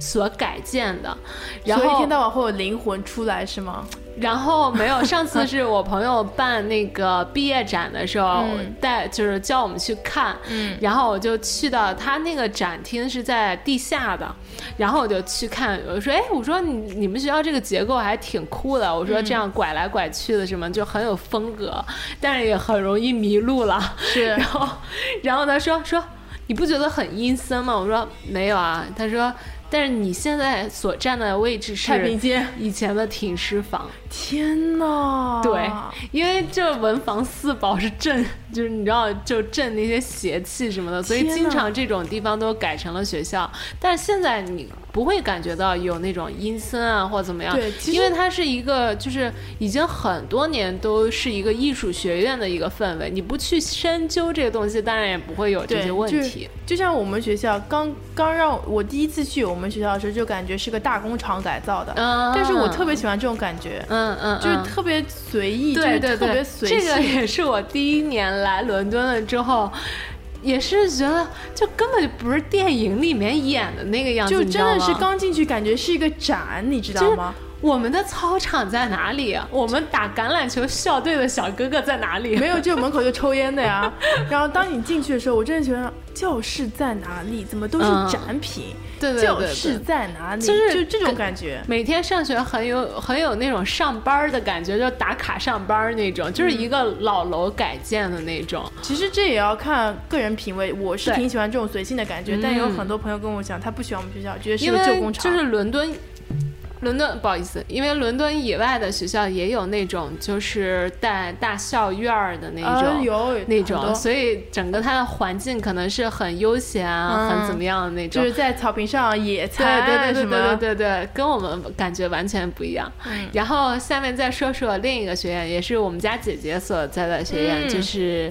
所改建的，然所以一后天到晚会有灵魂出来是吗？然后没有，上次是我朋友办那个毕业展的时候，嗯带就是叫我们去看，然后我就去到他那个展厅是在地下的，然后我就去看，我说哎，我说你你们学校这个结构还挺酷的，我说嗯这样拐来拐去的什么就很有风格，但是也很容易迷路了。是 然后然后他说说你不觉得很阴森吗？我说没有啊，他说。但是你现在所站的位置是太平间以前的停尸房，天哪！对，因为这文房四宝是镇， 就是你知道就镇那些邪气什么的，所以天哪经常这种地方都改成了学校。但是现在你不会感觉到有那种阴森啊或怎么样，对其实因为它是一个就是已经很多年都是一个艺术学院的一个氛围，你不去深究这个东西，当然也不会有这对，些问题。就。就像我们学校刚刚让我第一次去我们学校的时候，就感觉是个大工厂改造的，啊但是我特别喜欢这种感觉，嗯嗯，就是嗯特别随意，就对对是特对，别随这性。个也是我第一年来伦敦了之后。也是觉得，就根本就不是电影里面演的那个样子，就你知真的道是吗刚进去，感觉是一个展，你知就道是吗？我们的操场在哪里啊、我们打橄榄球校队的小哥哥在哪里？没有，就门口就抽烟的 呀。然后当你进去的时候，我真的觉得教室在哪里？怎么都是嗯展品？对对对教对室在哪里？就是就这种跟感觉。每天上学很有很有那种上班儿的感觉，就打卡上班儿那种，就是嗯一个老楼改建的那种。其实这也要看个人品味，我是对挺喜欢这种随性的感觉，但有嗯很多朋友跟我讲，他不喜欢我们学校，觉得是因个为旧工就厂。是伦敦，伦敦不好意思，因为伦敦以外的学校也有那种就是带大校院儿的那种。啊有那很种，多所以整个它的环境可能是很悠闲啊，嗯很怎么样的那种。就是在草坪上野对餐，对什对对么对对对，跟我们感觉完全不一样。嗯然后下面再说说另一个学院，也是我们家姐姐所在的学院，嗯就是。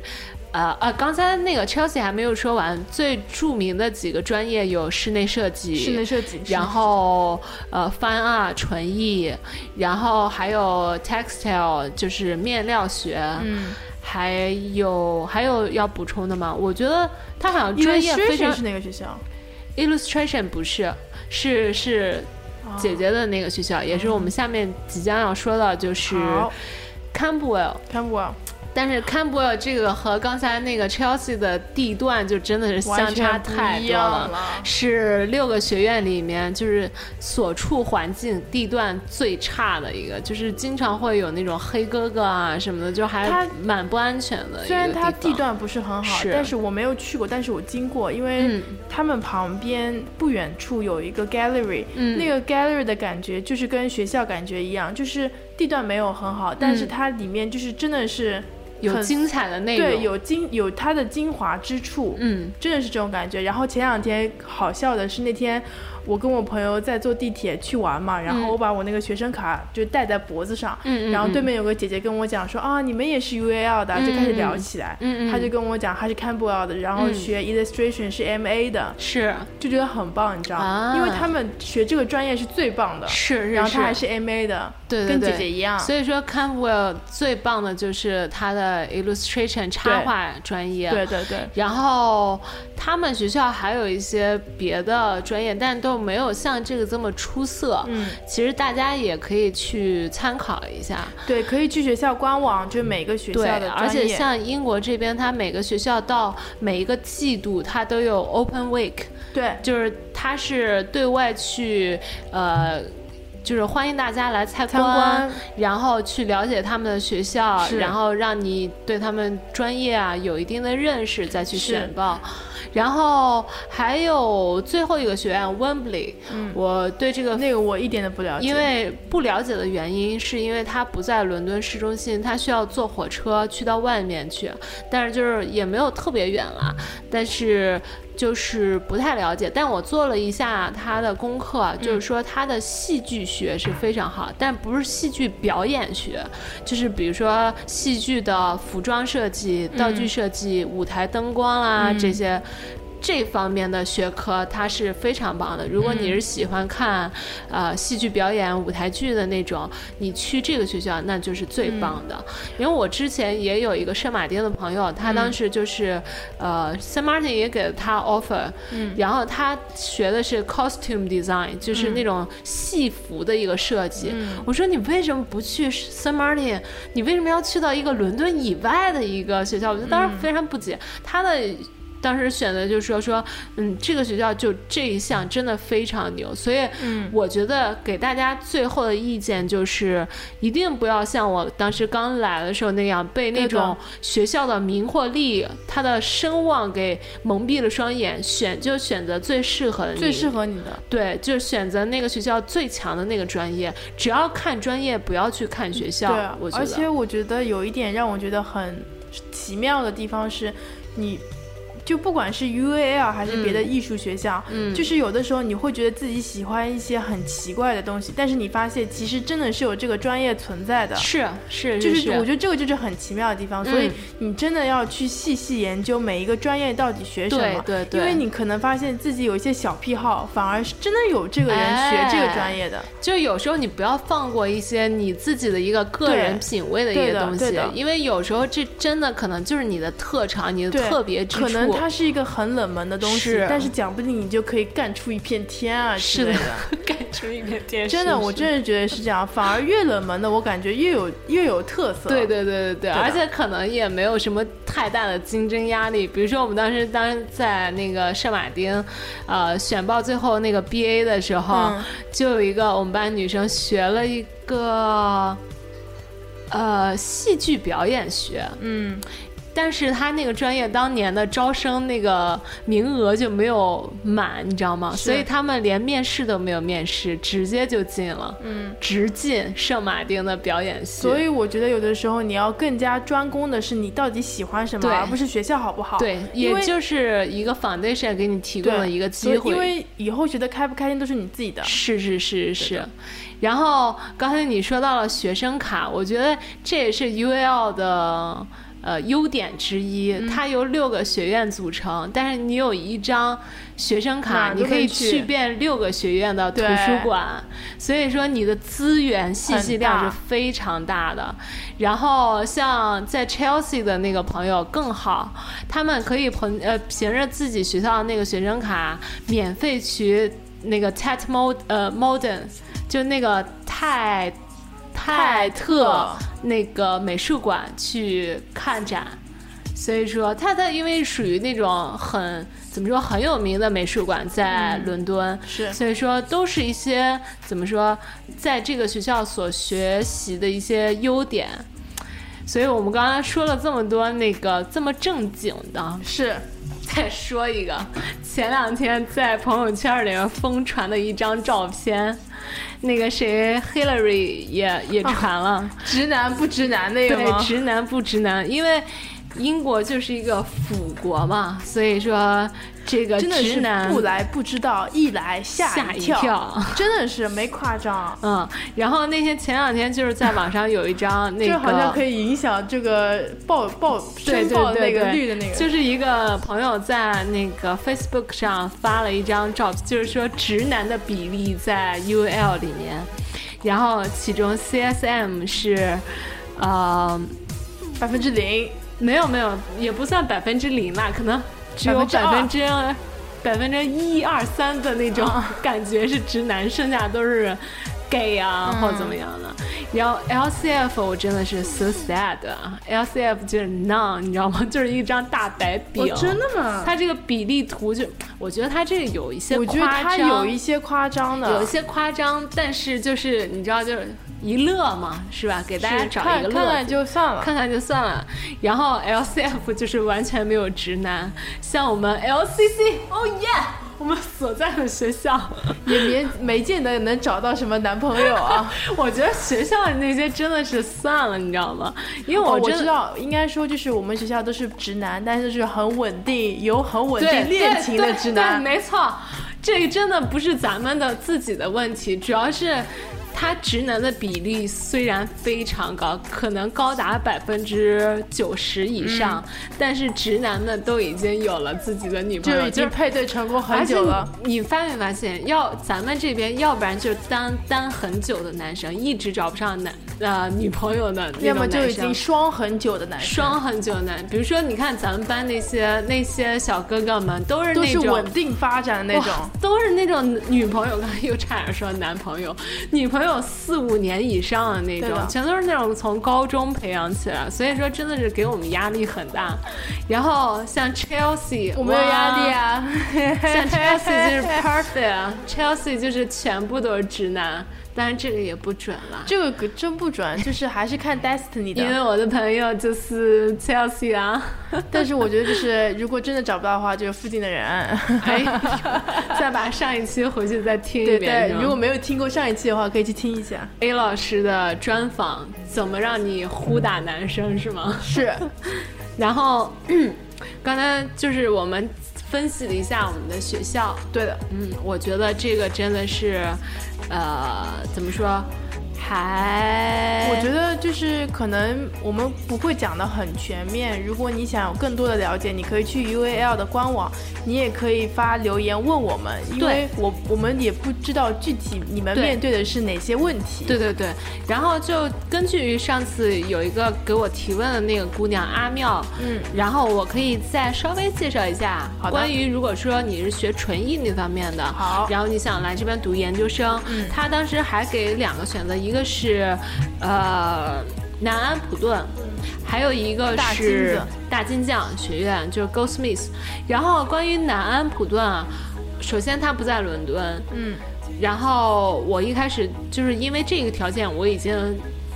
呃啊，刚才那个 Chelsea 还没有说完，最著名的几个专业有室内设计、室内设计然后呃翻啊纯艺，然后还有 textile 就是面料学，嗯，还有还有要补充的吗？我觉得他好像专业非 illustration 常是哪个学校？ illustration 不是，是是哦姐姐的那个学校，也是我们下面即将要说到，就是好 Campbell。 ，Campbell，但是 Campbell 这个和刚才那个 Chelsea 的地段就真的是相完差全不太一多样了，了是六个学院里面就是所处环境地段最差的一个，就是经常会有那种黑哥哥啊什么的，就还它蛮不安全的一个虽然它地地方段不是很好，是但是我没有去过，但是我经过，因为嗯他们旁边不远处有一个 gallery，、嗯那个 gallery 的感觉就是跟学校感觉一样，就是地段没有很好，但是它里面就是真的是嗯有很精彩的内容，对有精有它的精华之处，嗯真的是这种感觉。然后前两天好笑的是那天。我跟我朋友在坐地铁去玩嘛，然后我把我那个学生卡就戴在脖子上，嗯嗯嗯嗯然后对面有个姐姐跟我讲说啊，你们也是 UAL 的，就开始聊起来，嗯嗯嗯她就跟我讲她是 Campbell 的，然后学 illustration 是 MA 的，是就觉得很棒，你知道啊吗？因为他们学这个专业是最棒的，是是然后是她还是 MA 的，对对跟对姐姐一样，所以说 Campbell 最棒的就是他的 illustration 插对画专业，对对对。然后他们学校还有一些别的专业，但都没有像这个这么出色。嗯，其实大家也可以去参考一下。对，可以去学校官网，就是每个学校对的，专而且业像英国这边，它每个学校到每一个季度，它都有 Open Week，对就是它是对外去呃。就是欢迎大家来参观，参观然后去了解他们的学校，是然后让你对他们专业啊有一定的认识，再去是选报。然后还有最后一个学院温布利，嗯我对这个那个我一点都不了解，因为不了解的原因，是因为它不在伦敦市中心，它需要坐火车去到外面去，但是就是也没有特别远啦，但是就是不太了解。但我做了一下他的功课，啊嗯就是说他的戏剧学是非常好，但不是戏剧表演学，就是比如说戏剧的服装设计、道具设计、舞台灯光啦、这些。这方面的学科它是非常棒的。如果你是喜欢看，呃，戏剧表演、舞台剧的那种，你去这个学校那就是最棒的。因为我之前也有一个圣马丁的朋友，他当时就是，呃，San Martin 也给了他 offer，、然后他学的是 costume design，就是那种戏服的一个设计。我说你为什么不去 San Martin？你为什么要去到一个伦敦以外的一个学校？我就当时非常不解，他的。当时选的就说说，嗯，这个学校就这一项真的非常牛，所以嗯我觉得给大家最后的意见就是，一定不要像我当时刚来的时候那样被那对的种学校的迷惑力、它的声望给蒙蔽了双眼，选就选择最适合的你，最适合你的。对，就选择那个学校最强的那个专业，只要看专业，不要去看学校，对啊我，觉而得且我觉得有一点让我觉得很奇妙的地方是，你就不管是 UAL 啊还是别的艺术学校，嗯，就是有的时候你会觉得自己喜欢一些很奇怪的东西，但是你发现其实真的是有这个专业存在的。是啊是就是嗯是我觉得这个就是很奇妙的地方，所以你真的要去细细研究每一个专业到底学什么，对对对因为你可能发现自己有一些小癖好，反而是真的有这个人学这个专业的，就有时候你不要放过一些你自己的一个个对人品味的一对些的东对西的，因为有时候这真的可能就是你的特长，你的对，特别之处。可能它是一个很冷门的东西，是啊但是讲不定你就可以干出一片天啊之是类的的。，干出一片天，真的，我真。真的觉得是这样。反而越冷门的，我感觉越有越有特色。对对对对对，的而且可能也没有什么太大的竞争压力。比如说，我们当时当时在那个圣马丁，呃，选报最后那个 BA 的时候，嗯就有一个我们班女生学了一个，呃，戏剧表演学，嗯，但是她那个专业当年的招生那个名额就没有满，你知道吗？所以他们连面试都没有面试，直接就进了，嗯，直进圣马丁的表演系。所以我觉得有的时候你要更加专攻的是你到底喜欢什么，对而不是学校好不好。对，因也为就是一个 foundation 给你提供对了一个机所会，以因为以后觉得开不开心都是你自己的。是是是是。然后刚才你说到了学生卡，我觉得这也是 UAL 的。呃优点之一。嗯它由六个学院组成，但是你有一张学生哪卡，儿你都可可以以去去遍六个学院的图对书馆，所以说你的资源信息量很大是非常大的。然后像在 Chelsea 的那个朋友更好，他们可以凭呃凭着自己学校的那个学生卡免费去那个 Tat Mod 呃 Modern，就那个泰泰特那个美术馆去看展。所以说，它它因为属于那种很怎么说很有名的美术馆，在伦敦，是所以说都是一些怎么说，在这个学校所学习的一些优点。所以我们刚刚说了这么多那个这么正经的， 是再说一个，前两天在朋友圈里面疯传的一张照片，那个谁 Hillary 也也传了。直男不直男那个吗？对，直男不直男，因为英国就是一个腐国嘛，所以说这个真的直是男不来不知道，一来吓吓一跳，跳真的是没夸张。嗯，然后那天前两天就是在网上有一张那个，这好像可以影响这个爆爆对申对报的对那对，个绿的那个，就是一个朋友在那个 Facebook 上发了一张照，就是说直男的比例在 UL 里面，然后其中 CSM 是，呃，百分之零，没有没有，也不算百分之零吧，可能只有百分之2%百分之一二三的那种感觉是直男，剩下都是 gay 啊、或怎么样的。然后 LCF 我真的是 so sad 啊，LCF 就是 none，你知道吗？ 就是一张大白哦饼。真的吗？它这个比例图就，我觉得它这个有一些我夸觉张，得他有一些夸张的，有一些夸张，但是就是你知道，就是一乐嘛，是吧？给大家是找哎看一个乐子看看就算了。看看就算了。然后 LCF 就是完全没有直男，像我们 LCC，哦耶，我们所在的学校，也没没见得能找到什么男朋友 啊。我觉得学校里那些真的是算了，你知道吗？因为哦，我真知的。道，应该说就是我们学校都是直男，但是是很稳定，有很稳对定恋情的对直对男。对没错，这个真的不是咱们的自己的问题，主要是。他直男的比例虽然非常高，可能高达百分之九十以上，嗯但是直男们都已经有了自己的女朋就友，已就是经配对成功很久了。而且你你发没发现，要咱们这边，要不然就是单单很久的男生，一直找不上男呃女朋友的那种要么就男已生经双很久的男生，双很久的男，比如说你看咱们班那些那些小哥哥们，都是都那是种稳定发展的那种哇。 都是那种女朋友，刚才又差点说男朋友，女朋友四五年以上的那种对，的全都是那种从高中培养起来，所以说真的是给我们压 力很大。然后像 Chelsea，我没有压力 啊，像 Chelsea 就是 perfect 啊，Chelsea 就是全部都是直男，但是这个也不准啦。这个可真不准，就是还是看 destiny 因为的。我的朋友就是 Chelsea 啊， 但是我觉得就是如果真的找不到的话，就是附近的人。 哎呦，再把上一期回去再听一对遍。对是，吗哎如果没有听过上一期的话，可以去听一下。 A 老师的专访，怎么 让你呼打男生是吗？是， 然后 刚才就是我们分析了一下我们的学校，对的，嗯，我觉得这个真的是，呃，怎么说，还我觉得就是可能我们不会讲的很全面。如果你想有更多的了解，你可以去 UAL 的官网，你也可以发留言问我们，因为对我我们也不知道具体你们对面对的是哪些问题。对对对，然后就根据上次有一个给我提问的那个姑娘阿妙，嗯，然后我可以再稍微介绍一下好的关于如果说你是学纯艺那方面的，好然后你想来这边读研究生，嗯，他当时还给两个选择，一个是呃南安普顿，还有一个嗯大金是子大金匠学院，就是 Goldsmith。然后关于南安普顿啊，首先它不在伦敦，嗯，然后我一开始就是因为这个条件，我已经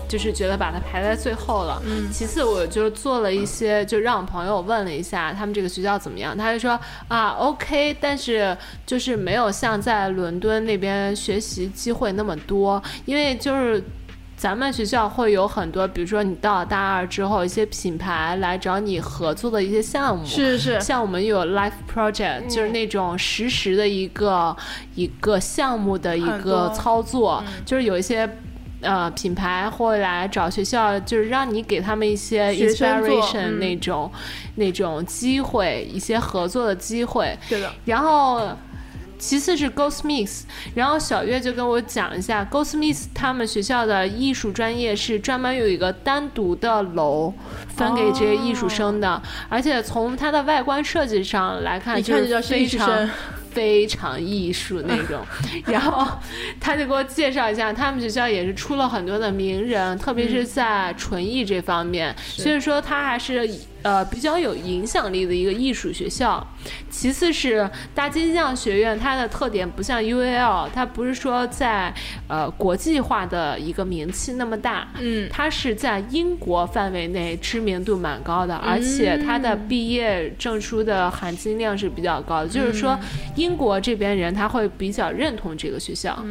就是觉得把它排在最后了。嗯，其次我就做了一些，就让我朋友问了一下他们这个学校怎么样，他就说啊 OK，但是就是没有像在伦敦那边学习机会那么多，因为就是。咱们学校会有很多，比如说你到了大二之后，一些品牌来找你合作的一些项目，是是嗯像我们有 life project，、就是那种实时的一个一个项目的一很个多嗯操作，就是有一些。呃品牌会来找学校，就是让你给他们一些学生做 inspiration 嗯那种、那种机会，一些合作的机会。对的，然后其次是 Ghost Mix，然后小月就跟我讲一下 Ghost Mix 他们学校的艺术专业是专门有一个单独的楼分给这些艺术生的，而且从它的外观设计上来看，哦一看是就知道是非艺术常生非常艺术那种。 然后他就给我介绍一下，他们学校也是出了很多的名人，特别是在纯艺这方面，所以说他还是呃比较有影响力的一个艺术学校。其次是大金匠学院，它的特点不像 UAL，它不是说在呃国际化的一个名气那么大，嗯它是在英国范围内知名度蛮高的，而且它的毕业证书的含金量是比较高的，就是说英国这边人他会比较认同这个学校，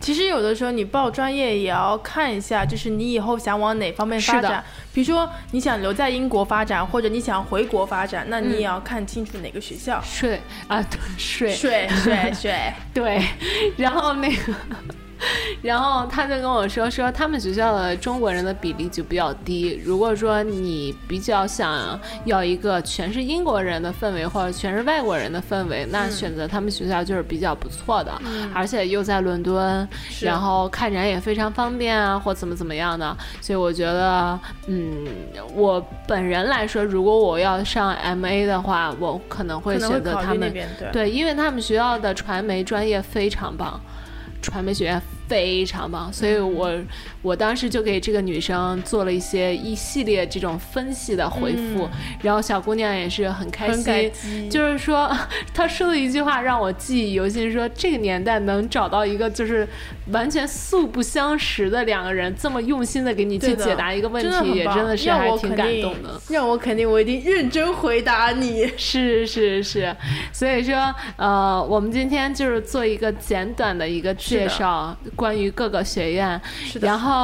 其实有的时候你报专业也要看一下，就是你以后想往哪方面发是的展。比如说你想留在英国发展，或者你想回国发展，嗯那你也要看清楚哪个学校。税啊对税水水水，对，然后那个。然后他就跟我说说他们学校的中国人的比例就比较低。如果说你比较想要一个全是英国人的氛围或者全是外国人的氛围，嗯那选择他们学校就是比较不错的，而且又在伦敦，然后看展也非常方便啊，或怎么怎么样的。所以我觉得，嗯，我本人来说，如果我要上 MA 的话，我可能会可能会选择考他虑那们边对对，因为他们学校的传媒专业非常棒，传媒学院非常棒，所以我嗯我当时就给这个女生做了一些一系列这种分析的回复，然后小姑娘也是很开嗯很感心，激就是说 她说的一句话让我记忆犹新，说这个年代能找到一个就是完全素不相识的两个人这么用心的给你去对的 解答一个问真的题，很也棒真的是让还我挺肯感定动的。让我肯定我一定认真回答你。 是是是，所以说，呃，我们今天就是做一个简短的一个介绍，关于各个学院。的然后，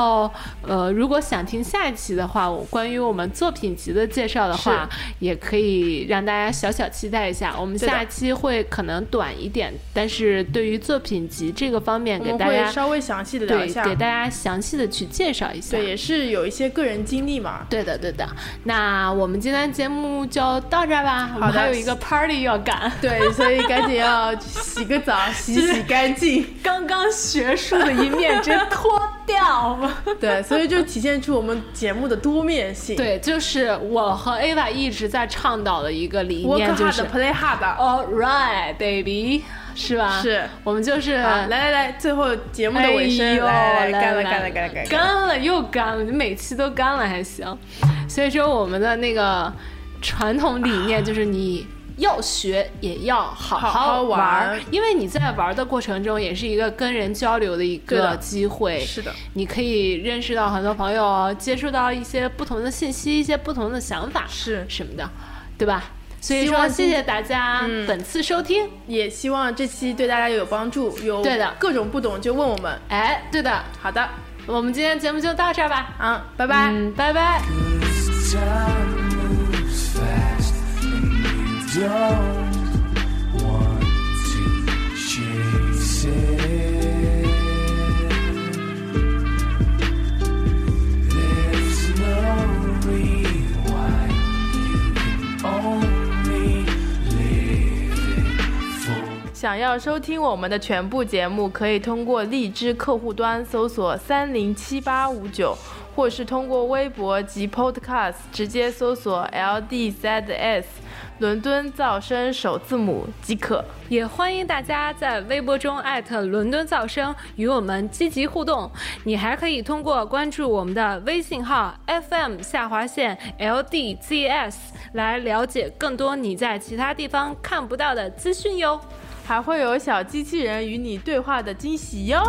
呃，如果想听下一期的话，我关于我们作品集的介绍的话，也可以让大家小小期待一下。我们对的下一期会可能短一点，但是对于作品集这个方面，我给们大会家稍微详细的聊对一下给，大家详细的去介绍一下。对，也是有一些个人经历嘛。对的，对的。那我们今天节目就到这儿吧，我们好的还有一个 party 要赶。对， 所以赶紧要洗个澡，洗洗干 净。刚刚学术的一面真脱掉了。对，所以就体现出我们节目的多面性。 对，就是我和 Ava 一直在倡导的一个理，work 念就 hard, 是 play hard。 All right, baby，是吧？哦是我们就是好，来来来，最后节目的哎尾声，呦，来来来，干干了干了干了干了干了。干了又干了，每期都干了还行。所以说我们的那个传统理念就是你。要学也要好好好玩儿玩因为你在玩儿的过程中，也是一个跟人交流的一对个的机会。是的，你可以认识到很多朋友，接触到一些不同的信息、一些不同的想法，是什么的，对吧？所以希说，望谢今嗯谢大家本次收听。也希望这期对大家有帮助，有对的各种不懂就问我们。哎，对的，好的，我们今天节目就到这儿吧，啊，拜拜。嗯，拜拜。 Time moves fast, and you don't want to chase it. There's no rewind. You can only live it for. 想要收听我们的全部节目，可以通过荔枝客户端搜索三零七八五九，或是通过微博及 Podcast 直接搜索 LDZS 伦敦噪声首字母即可。也欢迎大家在微博中艾特伦敦噪声与我们积极互动。你还可以通过关注我们的微信号 FM 下划线 LDZS 来了解更多你在其他地方看不到的资讯哟。还会有小机器人与你对话的惊喜哟。